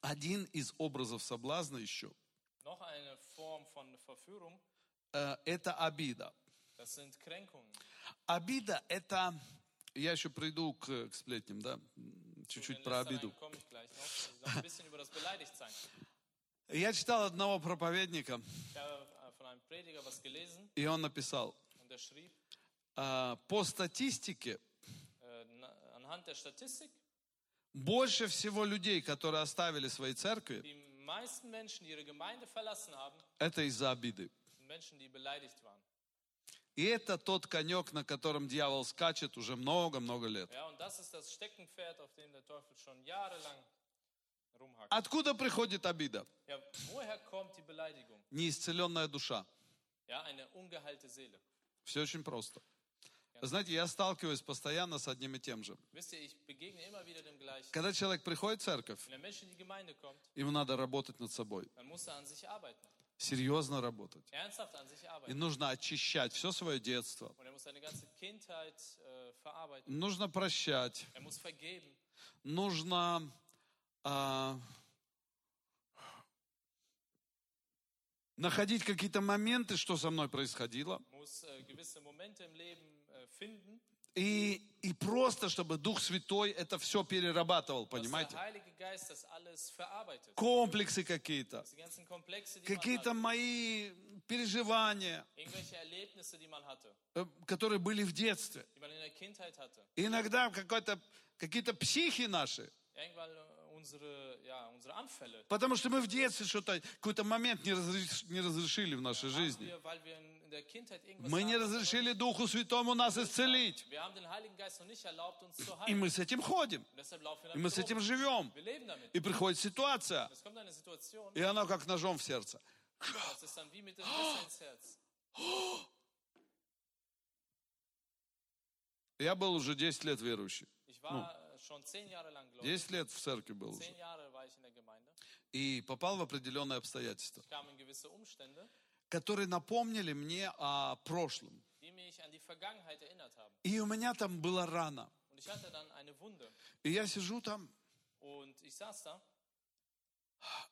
один из образов соблазна еще
Noch eine Form von Verführung,
э, это обида.
das sind Kränkungen.
Обида это, я еще приду к, к сплетням, да, м,
Zu
чуть-чуть
den
про
Lästerern
обиду.
komme ich gleich noch. Ich sag ein bisschen über das Beleidigtsein.
Я читал одного проповедника,
Ich habe äh, von einem Prediger was gelesen
и он написал,
und er schrieb,
а, по статистике
äh, na- anhand der Statistik,
больше всего людей, которые оставили свои церкви,
die meisten Menschen, die ihre Gemeinde verlassen haben,
это из-за обиды.
sind Menschen, die beleidigt waren.
И это тот конек, на котором дьявол скачет уже много-много лет.
Ja, und das ist das Steckenpferd, auf dem der Teufel schon jahrelang rumhackt.
Откуда приходит обида?
Ja, woher kommt die Beleidigung?
Неисцеленная душа.
Ja, eine ungeheilte Seele.
Все очень просто. Знаете, я сталкиваюсь постоянно с одним и тем же.
Wisst ihr, ich begegne immer wieder dem Gleichen.
Когда человек приходит в церковь,
Wenn der Mensch in die Gemeinde kommt,
ему надо работать над собой.
dann muss er an sich arbeiten.
Серьезно работать.
Ernsthaft an sich
И
arbeiten.
нужно очищать все свое детство.
Und er muss seine ganze Kindheit äh, verarbeiten.
Нужно прощать.
Er muss vergeben.
Нужно... а, находить какие-то моменты, что со мной происходило,
muss äh, gewisse Momente im Leben äh, finden,
и, и просто, чтобы Дух Святой это все перерабатывал,
dass
понимаете?
der Heilige Geist das alles verarbeitet.
Комплексы какие-то,
Die ganzen Komplexe, die man
какие-то
hat,
мои переживания,
irgendwelche Erlebnisse, die man hatte,
э, которые были в детстве.
die man in der Kindheit hatte,
Иногда какой-то, какие-то психи наши,
irgendwann äh, unsere, ja, unsere Anfälle.
потому что мы в детстве что-то, какой-то момент не, разреш- не разрешили в нашей
Haben
жизни.
wir, weil wir in in der Kindheit irgendwas
Мы не
haben, was wir
разрешили Духу Святому нас исцелить.
Wir haben den Heiligen Geist noch nicht erlaubt, uns zu
И
heilen.
мы с этим ходим,
Und deshalb laufen wir
и мы
damit
с этим
rum.
живем.
Wir leben damit.
И приходит ситуация,
Es kommt eine Situation,
и оно как ножом в сердце.
das ist dann wie mit dem Messer ins Herz.
Я был уже 10 лет верующий.
Ich war äh, schon zehn Jahre lang gläubig.
10 лет в церкви был уже.
Zehn Jahre war ich in der Gemeinde.
И попал в определенные обстоятельства,
Ich kam in gewisse Umstände,
которые напомнили мне о прошлом.
die mich an die Vergangenheit erinnert haben.
И у меня там была рана.
Und ich hatte dann eine Wunde.
И я сижу там,
Und ich saß da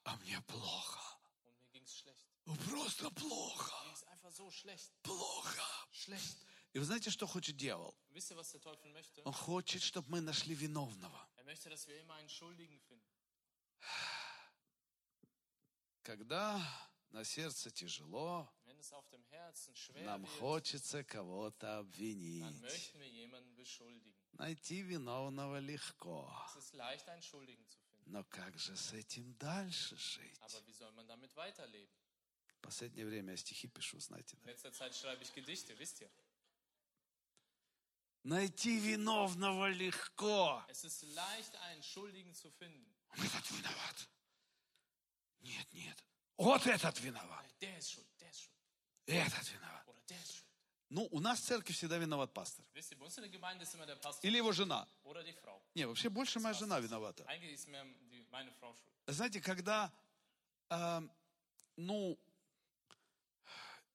а мне плохо.
und mir ging es schlecht.
Ну, Просто плохо,
Mir ging es einfach so schlecht.
плохо. И вы знаете, что хочет дьявол?
Und wisst ihr, was der Teufel möchte?
Он хочет, чтобы мы нашли виновного.
Er möchte, dass wir immer einen Schuldigen finden.
Когда на сердце тяжело,
Wenn es auf dem Herzen schwer
нам
wird,
хочется кого-то
dann
обвинить.
möchten wir jemanden beschuldigen.
Найти виновного легко.
Es ist leicht, einen Schuldigen zu finden.
Но как же с этим дальше жить?
Aber wie soll man damit weiterleben?
В последнее время я стихи пишу, знаете.
In
да?
letzter Zeit schreibe ich Gedichte, wisst ihr?
Найти виновного легко.
Es ist leicht, einen Schuldigen zu finden.
Он этот виноват. Нет, нет. Вот этот виноват.
Der ist schuld, der ist schuld
Этот виноват.
oder der ist schuld.
Ну, у нас в церкви всегда виноват пастор.
Wisst ihr, bei uns in der Gemeinde ist immer der Pastor
Или его жена.
oder die Frau.
Не, вообще больше моя жена виновата.
Eigentlich ist mehr die, meine Frau schuld.
Знаете, когда, а, ну,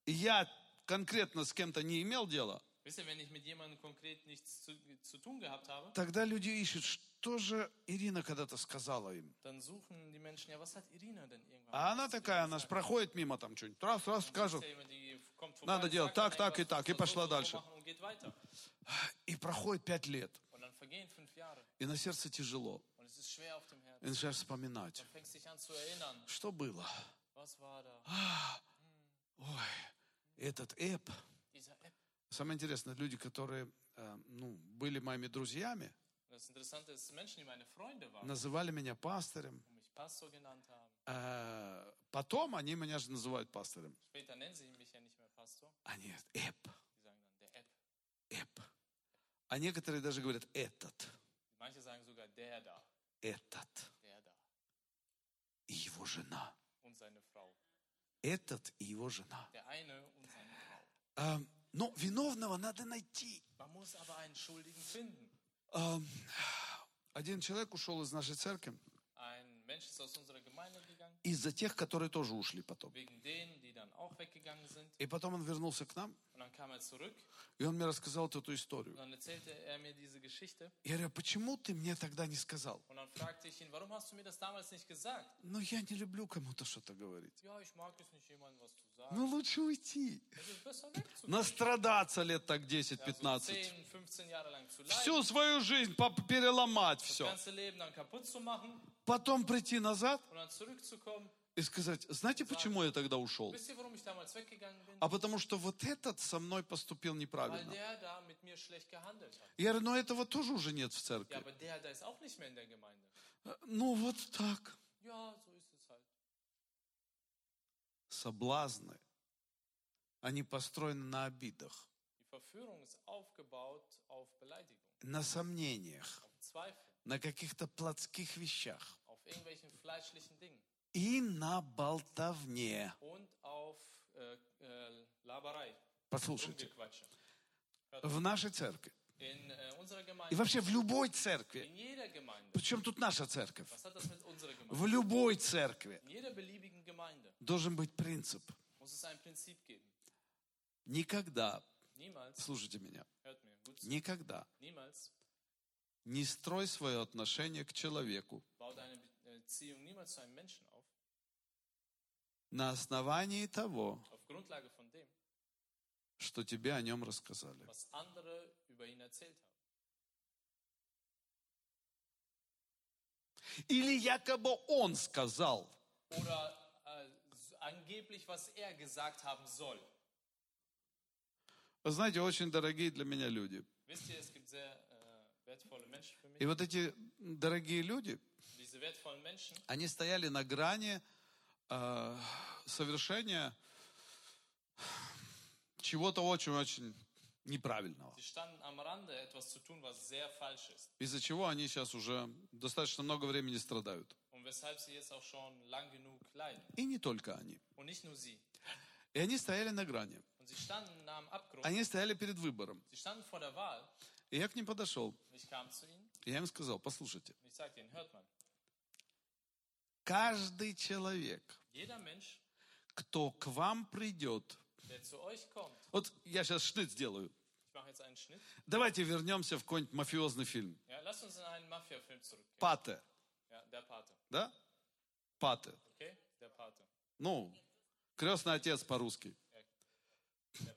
я конкретно с кем-то не имел дела,
Wisst ihr, wenn ich mit jemandem konkret nichts zu, zu tun gehabt habe,
тогда люди ищут, что же Ирина когда-то сказала им.
dann suchen die Menschen, ja, was hat Irina denn irgendwann?
А она такая, она ж проходит мимо там что-нибудь, раз, раз,
Ist
скажет,
ja jemand, die kommt vorbei
Надо
und
делать так,
sagt dann
так и
irgendwas,
так, и
muss man
пошла
so, so
дальше.
machen Und geht weiter.
и проходит пять лет,
Und dann vergehen fünf Jahre
и на сердце тяжело.
und es ist schwer auf dem Herzen.
И начинаешь вспоминать,
Du fängst dich an zu erinnern,
что было.
was war da?
Ой, этот эп.
Dieser App.
Самое интересное, люди, которые э, ну, были моими друзьями,
Und das Interessante ist, Menschen, die meine Freunde waren,
называли меня пастором.
und mich Pastor genannt haben,
Э, потом они меня же называют пастором.
später nennen sie mich ja nicht mehr Pastor,
Они говорят, эп,
die sagen dann der App.
эп. А некоторые даже говорят, этот,
Manche sagen sogar der da,
этот
der da
и его жена.
und seine Frau.
Этот и его жена.
Der eine und seine Frau.
Э, но виновного надо найти.
Man muss aber einen Schuldigen finden.
Э, один человек ушел из нашей церкви
Ein Mensch ist aus unserer Gemeinde gegangen,
из-за тех, которые тоже ушли потом.
wegen denen, die dann auch weggegangen sind.
И потом он вернулся к нам,
Und dann kam er zurück
и он мне рассказал вот эту историю.
und dann erzählte er mir diese Geschichte.
Я говорю, «А почему ты мне тогда не сказал?
Und dann fragte ich ihn, warum hast du mir das damals nicht gesagt?
Ну, я не люблю кому-то что-то говорить.
Ja, ich mag es nicht, jemandem was zu sagen.
Ну, лучше уйти.
Es ist besser wegzugehen.
Настрадаться лет так 10-15.
10, 15 Jahre lang zu leiden.
Всю свою жизнь поп- переломать
das
все.
ganze Leben dann kaputt zu machen
Потом прийти назад
und dann zurückzukommen.
и сказать, знаете, почему я тогда ушел?
Wisst ihr, warum ich damals weggegangen bin?
А потому что вот этот со мной поступил
Weil
неправильно.
der da mit mir schlecht gehandelt hat.
Я говорю, но этого тоже уже нет в
Ja,
церкви.
aber der da ist auch nicht mehr in der Gemeinde.
Ну вот так.
Ja, so ist es halt.
Соблазны. Они построены на обидах,
Die Verführung ist aufgebaut auf Beleidigung,
на сомнениях,
auf Zweifel,
на каких-то плотских вещах
auf irgendwelchen fleischlichen Dingen
и на болтовне.
und auf äh, äh, Laberei,
Послушайте,
Rumgequatsche.
в нашей церкви
In äh, unserer
и
Gemeinde,
вообще в любой церкви,
in jeder Gemeinde,
причем тут наша церковь,
was hat das mit unserer Gemeinde?
в любой церкви
In jeder beliebigen Gemeinde
должен быть принцип.
muss es ein Prinzip geben.
Никогда,
Niemals,
слушайте меня,
hört mir gut, zu,
никогда
niemals
не строй свое отношение к человеку
äh, baut eine Be- Beziehung niemals zu einem Menschen auf,
на основании того,
auf Grundlage von dem,
что тебе о нем рассказали.
was andere über ihn erzählt haben.
Или якобы он сказал.
Oder äh, s- angeblich, was er gesagt haben soll.
Вы знаете, очень дорогие для меня люди.
Wisst ihr, es gibt sehr äh, wertvolle Menschen für
И
mich.
вот эти дорогие люди,
Diese wertvollen Menschen,
они стояли на грани э, совершения чего-то очень-очень неправильного.
die standen am Rande, etwas zu tun, was sehr falsch ist.
Из-за чего они сейчас уже достаточно много времени stradают.
Und weshalb sie jetzt auch schon lang genug leiden.
И не только они.
Und nicht nur sie.
И они стояли на грани.
Und sie standen nah am Abgrund.
Они стояли перед выбором.
Sie standen vor der Wahl.
И я к ним подошел.
Und ich kam zu ihnen
И я им сказал, послушайте,
und ich sagte ihnen, hört mal,
каждый человек,
jeder Mensch,
кто к вам придет,
der zu euch kommt,
вот я сейчас шнит сделаю.
ich mache jetzt einen Schnitt,
Давайте вернемся в какой-нибудь мафиозный фильм.
ja, lasst uns in einen Mafia-Film zurückgehen.
Пате,
Ja, der Pate,
да? Пате.
okay? Der Pate.
Ну, крестный отец по-русски.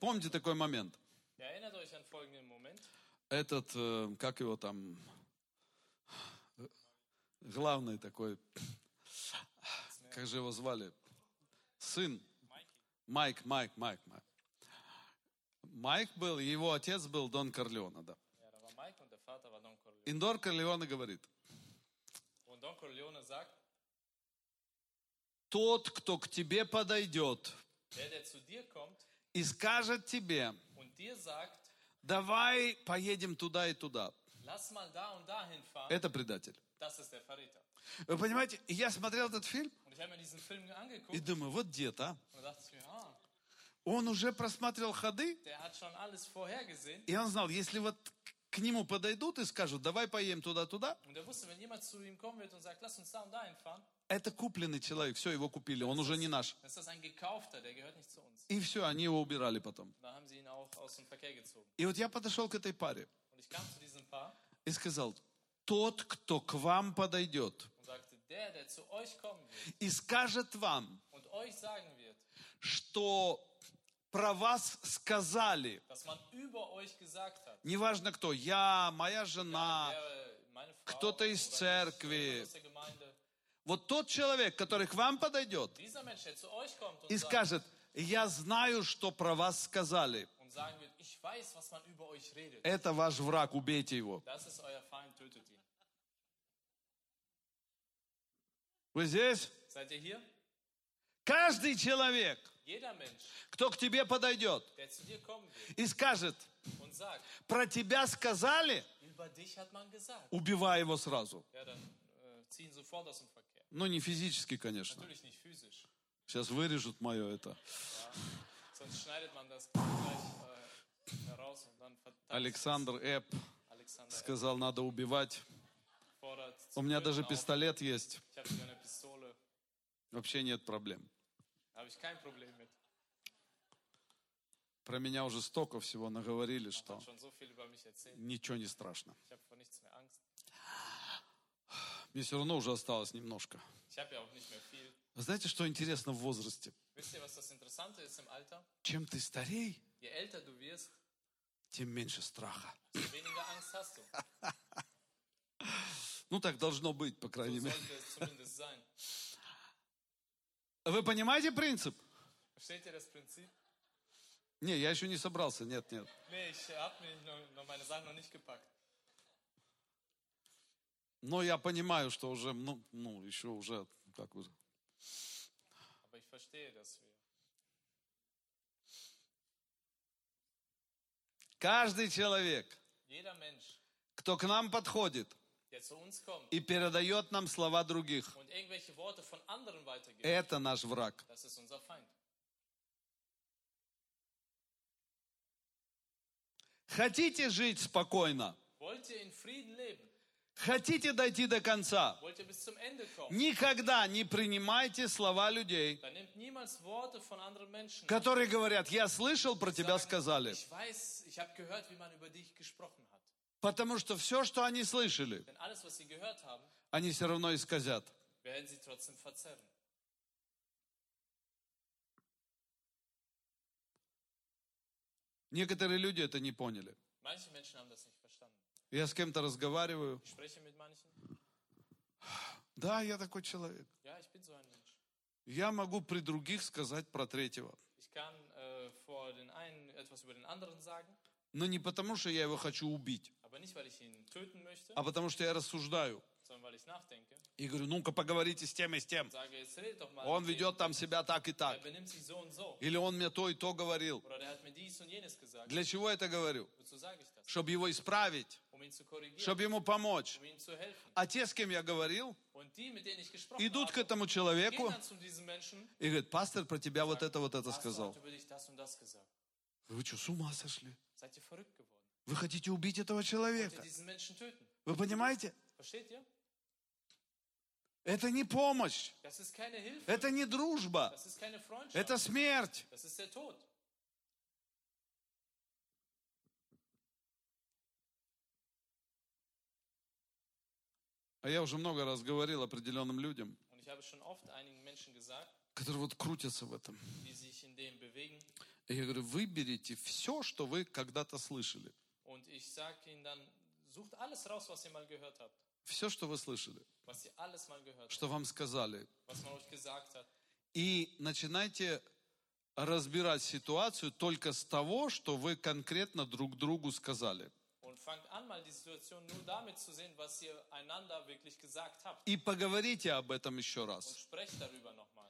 Помните такой момент?
Ja, erinnert euch an folgenden Moment.
Этот, э, как его там, э, главный такой, как же его звали? Сын. Майк, Майк, Майк, Майк. Майк был, и его отец был Дон Корлеона, да.
Ja, da war Mike und der Vater war Don Corleone.
Индор Корлеона говорит,
Und Don Corleone sagt,
тот, кто к тебе подойдет
der, der zu dir kommt
и скажет тебе,
und dir sagt,
давай поедем туда и туда,
lass mal da und dahin fahren,
это предатель.
das ist der Verräter.
Вы понимаете, я смотрел этот фильм
Und ich habe mir diesen Film
и
angeguckt
думаю, вот дед, а?
und dachte ich mir, ah,
Он уже просматривал ходы,
der hat schon alles vorhergesehen.
и он знал, если вот к нему подойдут и скажут, давай поедем туда-туда,
Und er wusste, wenn jemand zu ihm kommen wird und sagt, lass uns da und dahin fahren,
это купленный человек, все, его kупили, он уже не наш.
dann ist das ein Gekaufter, der gehört nicht zu uns.
И все, они его убирали потом.
Da haben sie ihn auch aus dem Verkehr gezogen.
И вот я подошел к этой паре
Und ich kam zu diesem Paar
и сказал, тот, кто к вам подойдет
und sagte, der, der zu euch kommen wird
и скажет вам,
und euch sagen wird,
что про вас сказали,
dass man über euch gesagt hat,
неважно кто, я, моя жена,
wäre meine Frau
Ah, кто-то
oder
из
ich,
церкви.
jemand aus der Gemeinde,
вот тот человек, который к вам подойдет
dieser Mensch, der zu euch kommt und
и
sagt,
скажет, я знаю, что про вас сказали,
und sagen wird, ich weiß, was man über euch redet.
это ваш враг, убейте его.
Das ist euer Feind, tötet ihn.
Вы здесь?
Seid ihr hier?
Каждый человек,
Jeder Mensch,
кто к тебе подойдет
der zu dir kommen wird
и скажет,
und sagt,
про тебя сказали,
über dich hat man gesagt.
убивай его сразу.
Ja, dann äh, ziehen sofort aus dem Verkehr.
Ну, не физически, конечно.
Natürlich nicht physisch,
Сейчас вырежут мое это.
sonst schneidet man das gleich äh, heraus und dann verteilt
Александр Эп
Alexander
сказал, надо убивать.
fordert.
У меня Um
Töten
даже
auf.
пистолет есть.
Ich habe sogar eine Pistole,
Вообще нет проблем.
da habe ich kein Problem mit.
Про меня уже столько всего наговорили,
Man
что
hat schon so viel über mich erzählt.
ничего не страшно.
Ich habe vor nichts mehr Angst.
Мне все равно уже осталось немножко.
Ich habe ja auch nicht mehr viel.
Знаете, что интересно в возрасте?
Wisst ihr, was das Interessante ist im Alter?
Чем ты старей,
Je älter du wirst,
тем меньше страха.
desto weniger Angst hast du.
Ну, так должно быть, по крайней
So
мере.
sollte es zumindest sein.
Вы понимаете принцип?
Versteht ihr das Prinzip?
Не, я еще не собрался, нет, нет.
Nee, ich habe mir noch, noch meine Sachen noch nicht gepackt.
Но я понимаю, что уже, ну, ну еще уже, как уже.
Aber ich verstehe das. Wir.
Каждый человек,
Jeder Mensch,
кто к нам подходит
der zu uns kommt
и передает нам слова других,
und irgendwelche Worte von anderen weitergibt,
это наш враг.
das ist unser Feind.
Хотите жить спокойно?
Wollt ihr in Frieden leben?
Хотите дойти до конца?
Wollt ihr bis zum Ende kommen?
Никогда не принимайте слова людей,
Dann nehmt niemals Worte von anderen Menschen.
которые говорят, я слышал, про тебя
Sagen,
сказали.
Ich weiß, ich habe gehört, wie man über dich gesprochen hat.
Потому что все, что они слышали,
Denn alles, was sie gehört haben,
они все равно исказят.
werden sie trotzdem verzerren.
Некоторые люди это не поняли.
Manche Menschen haben das nicht verstanden.
Я с кем-то разговариваю.
Ich spreche mit manchen,
Да, я такой человек.
ja, ich bin so ein Mensch.
Я могу при других сказать про третьего.
Ich kann äh, vor den einen etwas über den anderen sagen,
Но не потому, что я его хочу убить,
aber nicht, weil ich ihn töten möchte,
а потому, что я рассуждаю.
sondern weil ich nachdenke.
И говорю, ну-ка поговорите с тем и с тем.
Sage, jetzt redet doch mal.
Он
mit
ведет
dem.
там себя так и
Er
так.
benimmt sich so und so.
Или он мне то и то говорил.
Oder der hat mir dies und jenes gesagt.
Для чего я это говорю?
Wozu sage ich das?
Чтобы его исправить,
Um ihn zu korrigieren,
чтобы ему помочь.
um ihm zu helfen.
А те, с кем я говорил,
Und die, mit denen ich gesprochen
идут к
habe,
этому человеку
gehen dann zu diesen Menschen.
и говорят, пастор про тебя вот это, вот это
Pastor
сказал.
hat über dich das und das gesagt.
Вы что, с ума сошли?
Seid ihr verrückt geworden?
Вы хотите убить этого
Wollt ihr
человека?
diesen Menschen töten?
Вы понимаете?
Versteht ihr?
Это не помощь,
Das ist keine Hilfe.
это не дружба,
Das ist keine Freundschaft.
это смерть.
Das ist der Tod.
А я уже много раз говорил определенным людям,
Und ich habe schon oft einigen Menschen gesagt,
которые вот крутятся в этом.
die sich in dem bewegen.
И я говорю, выберите все, что вы когда-то slышали.
Und ich sage ihnen dann, sucht alles raus, was ihr mal gehört habt.
Все, что вы слышали,
Was ihr alles mal gehört habt.
что вам сказали.
Was man euch gesagt hat.
И начинайте разбирать ситуацию только с того, что вы конкретно друг другу сказали.
Und fangt an, mal die Situation nur damit zu sehen, was ihr einander wirklich gesagt habt.
И поговорите об этом еще
Und
раз.
sprecht darüber nochmal.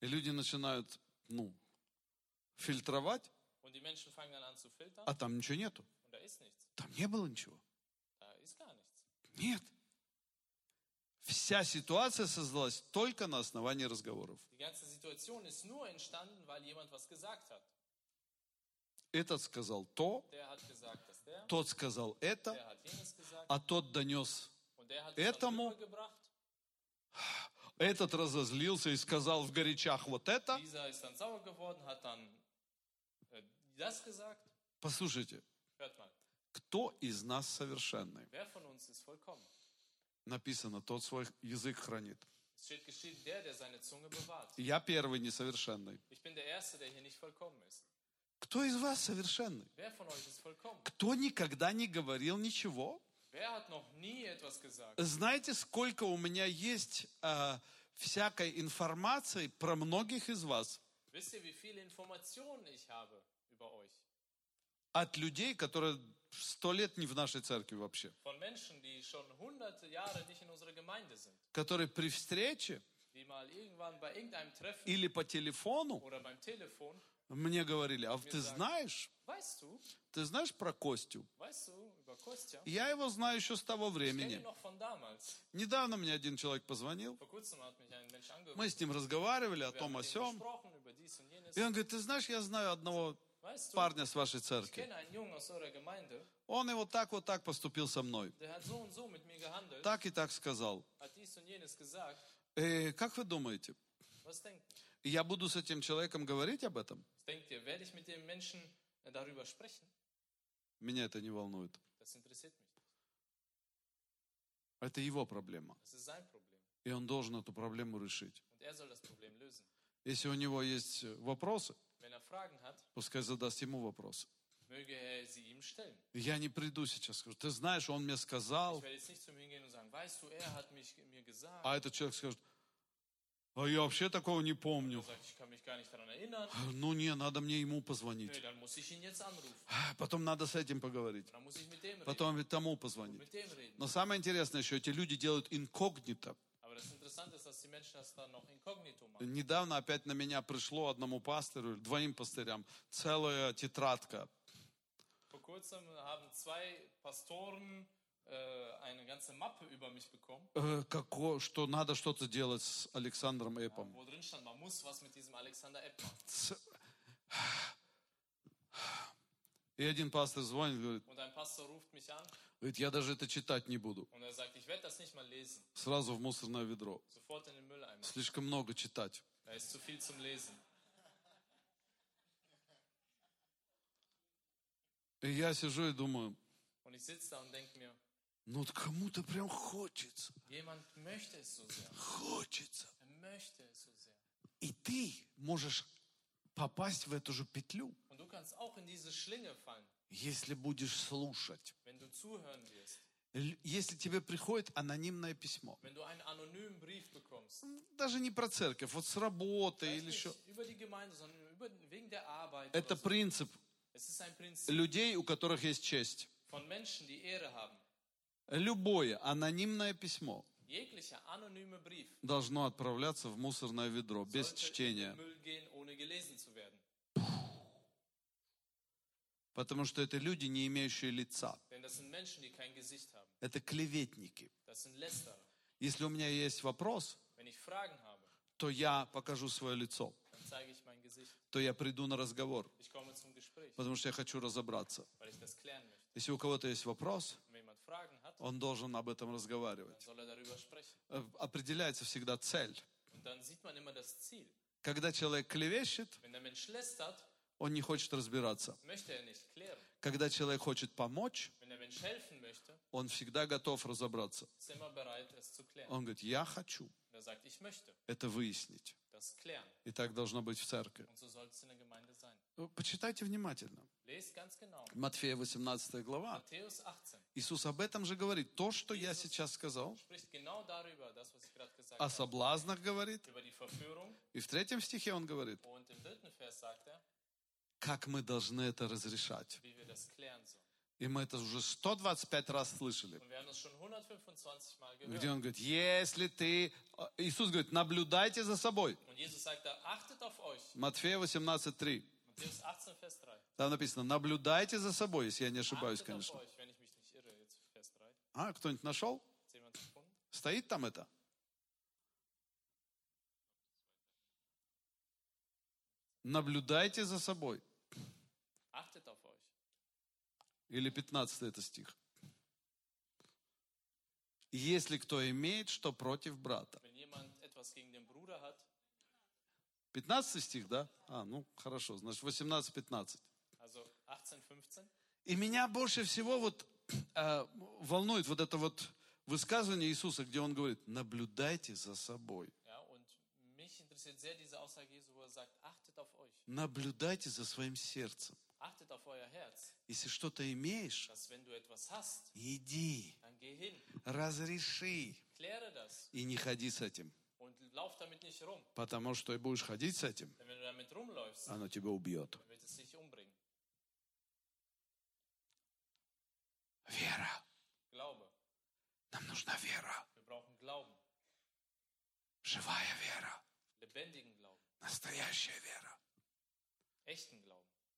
И люди начинают, ну, фильтровать,
Und die Menschen fangen dann an zu filtern.
а там ничего нету.
Und da ist nichts.
Там не было ничего.
Da ist gar nichts.
Нет. Вся ситуация создалась только на основании разговоров.
Die ganze Situation ist nur entstanden, weil jemand was gesagt hat.
Этот сказал то,
Der hat gesagt, dass der,
тот сказал это,
der hat jenes gesagt
а тот донес.
und der hat es dann
этому-
rübergebracht.
Этот разозлился и сказал в горячах вот это.
Dieser ist dann sauer geworden, hat dann äh, das gesagt.
Послушайте,
Hört mal,
кто из нас совершенный?
wer von uns ist vollkommen?
Написано, тот свой язык хранит.
Es steht geschrieben, der, der seine Zunge bewahrt.
Я первый несовершенный.
Ich bin der Erste, der hier nicht vollkommen ist.
Кто из вас совершенный?
Wer von euch ist vollkommen?
Кто никогда не говорил ничего?
Wer hat noch nie etwas gesagt?
Знаете, сколько у меня есть э, всякой информации про многих из вас?
Wisst ihr, wie viele Informationen ich habe über euch?
От людей, которые сто лет не в нашей церкви вообще.
Von Menschen, die schon hunderte Jahre nicht in unserer Gemeinde sind.
Которые при встрече
Die mal irgendwann bei irgendeinem Treffen
или по телефону
oder beim Telefon,
мне говорили, а ты знаешь,
weißt du,
Ты знаешь про Костю?
weißt du, über Kostja?
Я его знаю еще с того
Ich kenne ihn
времени.
noch von damals.
Недавно мне один человек позвонил.
Vor kurzem hat mich ein Mensch angerufen.
Мы с ним разговаривали о
Wir haben
том, о
mit ihm
сём.
gesprochen über dies und jenes.
И он говорит, ты знаешь, я знаю одного
Weißt du,
парня с вашей
ich
церкви.
kenne einen Jungen aus eurer Gemeinde,
Он и вот так, вот так поступил со мной.
der hat so und so mit mir gehandelt,
Так и так сказал.
hat dies und jenes gesagt.
«Э, как вы думаете,
Was denkt ihr?
я буду с этим человеком говорить об этом?
Was denkt ihr, werde ich mit dem Menschen äh, darüber sprechen?
Меня это не волнует.
Das interessiert mich nicht.
Это его проблема.
Das ist sein Problem.
И он должен эту проблему решить.
Und er soll das Problem lösen.
Если у него есть э, вопросы,
Wenn er Fragen hat,
пускай задаст ему вопросы.
möge er sie ihm stellen.
Я не приду сейчас, скажу, ты знаешь, он мне
Ich
сказал,
werde jetzt nicht zu ihm hingehen und sagen, weißt du, er hat mich, mir gesagt.
А этот человек скажет, а я вообще такого не
Er
помню.
sagt, ich kann mich gar nicht daran erinnern.
Ну не, надо мне ему
Nee,
позвонить.
dann muss ich ihn jetzt anrufen.
А, Потом надо с этим поговорить.
Dann muss ich mit dem reden.
Потом ведь тому
Und
позвонить.
mit dem reden.
Но самое интересное еще, эти люди делают инкогнито.
Aber das Interessante ist, dass die Menschen das dann noch inkognito machen.
Недавно опять на меня пришло одному пастору, двоим пастырям, целая тетрадка.
Vor kurzem haben zwei Pastoren äh, eine ganze Mappe über mich bekommen,
Э, како- что надо что-то делать с Александром Эпом.
wo drin stand, man muss was mit diesem Alexander Epp machen.
Ц- И один пастор звонит, говорит,
Und ein Pastor ruft mich an
говорит, я даже это читать не буду.
und er sagt, ich werde das nicht mal lesen.
Сразу в мусорное ведро.
Sofort in den Mülleimer.
Слишком много читать.
Da ist zu viel zum Lesen.
И я сижу и думаю,
Und ich sitze da und denke mir,
ну вот кому-то прям хочется,
jemand möchte es so sehr.
хочется.
Er möchte es so sehr.
И ты можешь попасть в эту же петлю,
Und du kannst auch in diese Schlinge fallen,
если будешь слушать.
wenn du zuhören wirst,
Л- Если тебе приходит анонимное письмо.
wenn du einen anonymen Brief bekommst.
Даже не про церковь, вот с работы
Vielleicht
или еще.
nicht über die Gemeinde, sondern über, wegen der Arbeit.
Это
Oder so.
принцип
Es ist ein Prinzip
людей, у которых есть честь.
von Menschen, die Ehre haben.
Любое анонимное письмо
Jeglicher anonyme Brief
должно отправляться в мусорное ведро без
sollte in
чтения,
den Müll gehen, ohne gelesen zu werden.
потому что это люди, не имеющие лица.
Denn das sind Menschen, die kein Gesicht haben.
Это клеветники.
Das sind Lästerer.
Если у меня есть вопрос,
Wenn ich Fragen habe,
то я покажу свое лицо,
dann zeige ich mein Gesicht.
то я приду на разговор,
Ich komme zum Gespräch,
потому что я хочу разобраться.
weil ich das klären möchte.
Если у кого-то есть вопрос,
Und wenn jemand Fragen hat,
он должен об этом разговаривать.
dann soll er darüber sprechen.
Э, Определяется всегда цель.
Und dann sieht man immer das Ziel.
Когда человек клевещет,
Wenn der Mensch lästert,
он не хочет разбираться.
möchte er nicht klären.
Когда человек хочет помочь,
Wenn der Mensch helfen möchte,
он всегда готов разобраться.
ist er immer bereit, es zu klären.
Он говорит, я хочу
Und er sagt, ich möchte
это выяснить.
das klären.
И так должно быть в церкви.
Und so soll es in der Gemeinde sein.
Э, Почитайте внимательно.
Lest ganz genau.
Матфея 18 глава.
Matthäus 18
Иисус об этом же говорит. То, что я сейчас сказал,
spricht genau darüber, das, was ich gerade gesagt
о
habe.
соблазнах говорит.
Über die Verführung.
И в третьем стихе он говорит,
Und im dritten Vers sagt er,
как мы должны это разрешать.
wie wir das klären sollen.
И мы это уже 125 раз slышали.
Und wir haben das schon 125 Mal
Где
gehört.
он говорит, если ты... а, Иисус говорит, naблюдайте за собой.
Und Jesus sagt da, achtet auf euch.
Матфея 18.3.
Matthäus 18, Vers 3.
Там написано, наблюдайте за собой, если я не ошибаюсь,
Achtet auf
конечно.
euch, wenn ich mich nicht irre. Jetzt Vers 3.
А, кто-нибудь нашел?
Hat jemand gefunden?
Стоит там это? Наблюдайте за собой.
Achtet auf euch.
Или 15 это стих. Если кто имеет, что против брата.
Wenn jemand etwas gegen den Bruder hat,
15 стих, да? А, ну хорошо, значит 18-15.
also 18, 15.
И меня больше всего вот э, волнует вот это вот высказывание Иисуса, где он говорит, наблюдайте за собой.
Ja, und mich interessiert sehr diese Aussage Jesu, wo er sagt, achtet auf euch.
Наблюдайте за своим сердцем.
Achtet auf euer Herz,
Если что-то имеешь,
dass wenn du etwas hast,
иди,
dann geh hin,
разреши.
kläre das
И не ходи с этим.
und lauf damit nicht rum.
Потому что и будешь ходить с этим,
Denn wenn du damit rumläufst,
оно тебя убьет.
dann wird es dich umbringen.
Вера.
Glaube.
Нам нужна вера.
Wir brauchen Glauben,
Живая вера.
lebendigen Glauben,
Настоящая вера.
echten Glauben.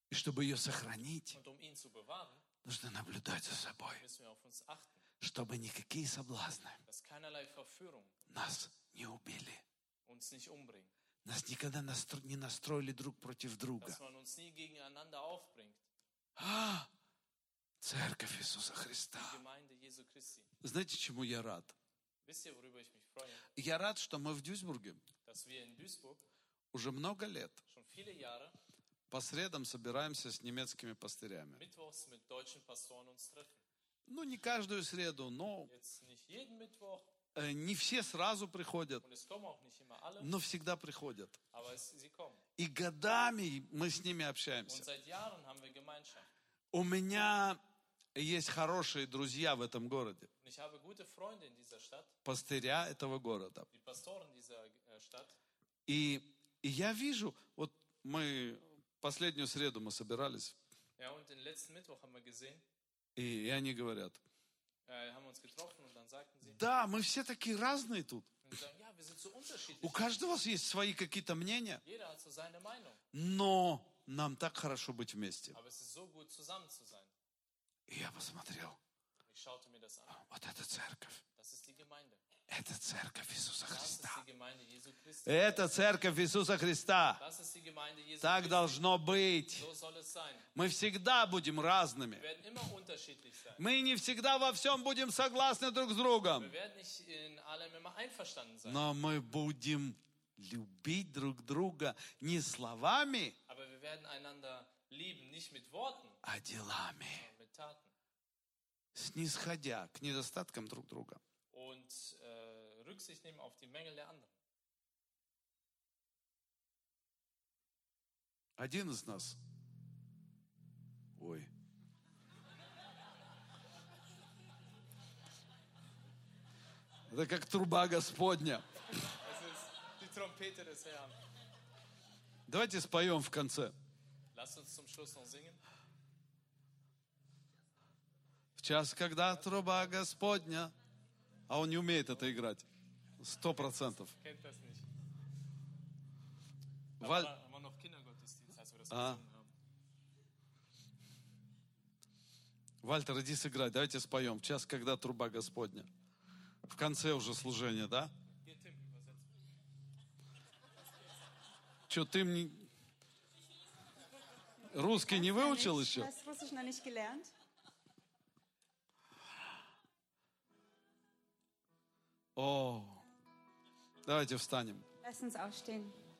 И чтобы ее сохранить,
Und um ihn zu bewahren,
нужно наблюдать за собой,
müssen wir auf uns achten,
чтобы никакие соблазны
dass keinerlei Verführung
нас не убили.
uns nicht umbringt,
Нас никогда настро- не настроили друг против друга.
dass man uns nie gegeneinander aufbringt.
А! Церковь Иисуса Христа.
Gemeinde Jesu Christi.
Знаете, чему я рад?
Wisst ihr, worüber ich mich freue?
Я рад, что мы в Дюйсбурге
Dass wir in Duisburg
уже много лет
schon viele Jahre
по средам собираемся с немецкими пастырями.
mittwochs mit deutschen Pastoren uns treffen.
Ну, не каждую среду, но
Jetzt nicht jeden Mittwoch
э, не все сразу приходят,
und es kommen auch nicht immer alle,
но всегда приходят.
aber es, sie kommen.
И годами мы с ними
Und
общаемся.
seit Jahren haben wir Gemeinschaft.
У меня есть хорошие друзья в этом городе,
Und ich habe gute Freunde in dieser Stadt,
пастыря этого города.
die Pastoren dieser äh, Stadt.
И, и я вижу, вот мы последнюю среду мы собирались,
Ja, und den letzten Mittwoch haben wir gesehen,
и, и они говорят,
äh, haben wir uns getroffen und dann sagten sie,
да, мы все такие разные тут.
und sie sagen, ja, wir sind so unterschiedlich.
У каждого есть свои какие-то мнения,
Jeder hat so seine Meinung,
но нам так хорошо быть вместе.
aber es ist so gut, zusammen zu sein.
И я посмотрел,
Ich schaute mir das an.
вот это церковь,
Das ist die Gemeinde.
это церковь Иисуса
Das ist
Христа.
die Gemeinde Jesu Christi.
Это церковь Иисуса Христа.
Das ist die Gemeinde Jesu
Так
Christi.
должно быть.
So soll es sein.
Мы всегда будем разными.
Wir werden immer unterschiedlich sein.
Мы не всегда во всем будем согласны друг с другом.
Wir werden nicht in allem immer einverstanden sein,
Но мы будем любить друг друга не словами,
aber wir werden einander lieben, nicht mit Worten,
а делами,
sondern mit Taten.
снисходя к недостаткам друг друга.
Und äh, Rücksicht nehmen auf die Mängel der anderen.
Один из нас. Ой. Это как труба Господня.
Es ist die Trompete des Herrn.
Давайте споем в конце.
Lasst uns zum Schluss noch singen.
В час, когда труба Господня. А он не умеет это играть. Сто процентов.
Kennt das nicht. Da
Weil-
war, war noch Kindergottesdienst, als wir das
Ah.
gesungen haben.
Вальтер, иди сыграй. Давайте споем. В час, когда труба Господня. В конце уже служения, да?
Hier, Tim, übersetzt.
Че, ты мне... Русский не выучил еще?
Hast du Russisch noch nicht gelernt?
О, давайте встанем.
Lass uns aufstehen.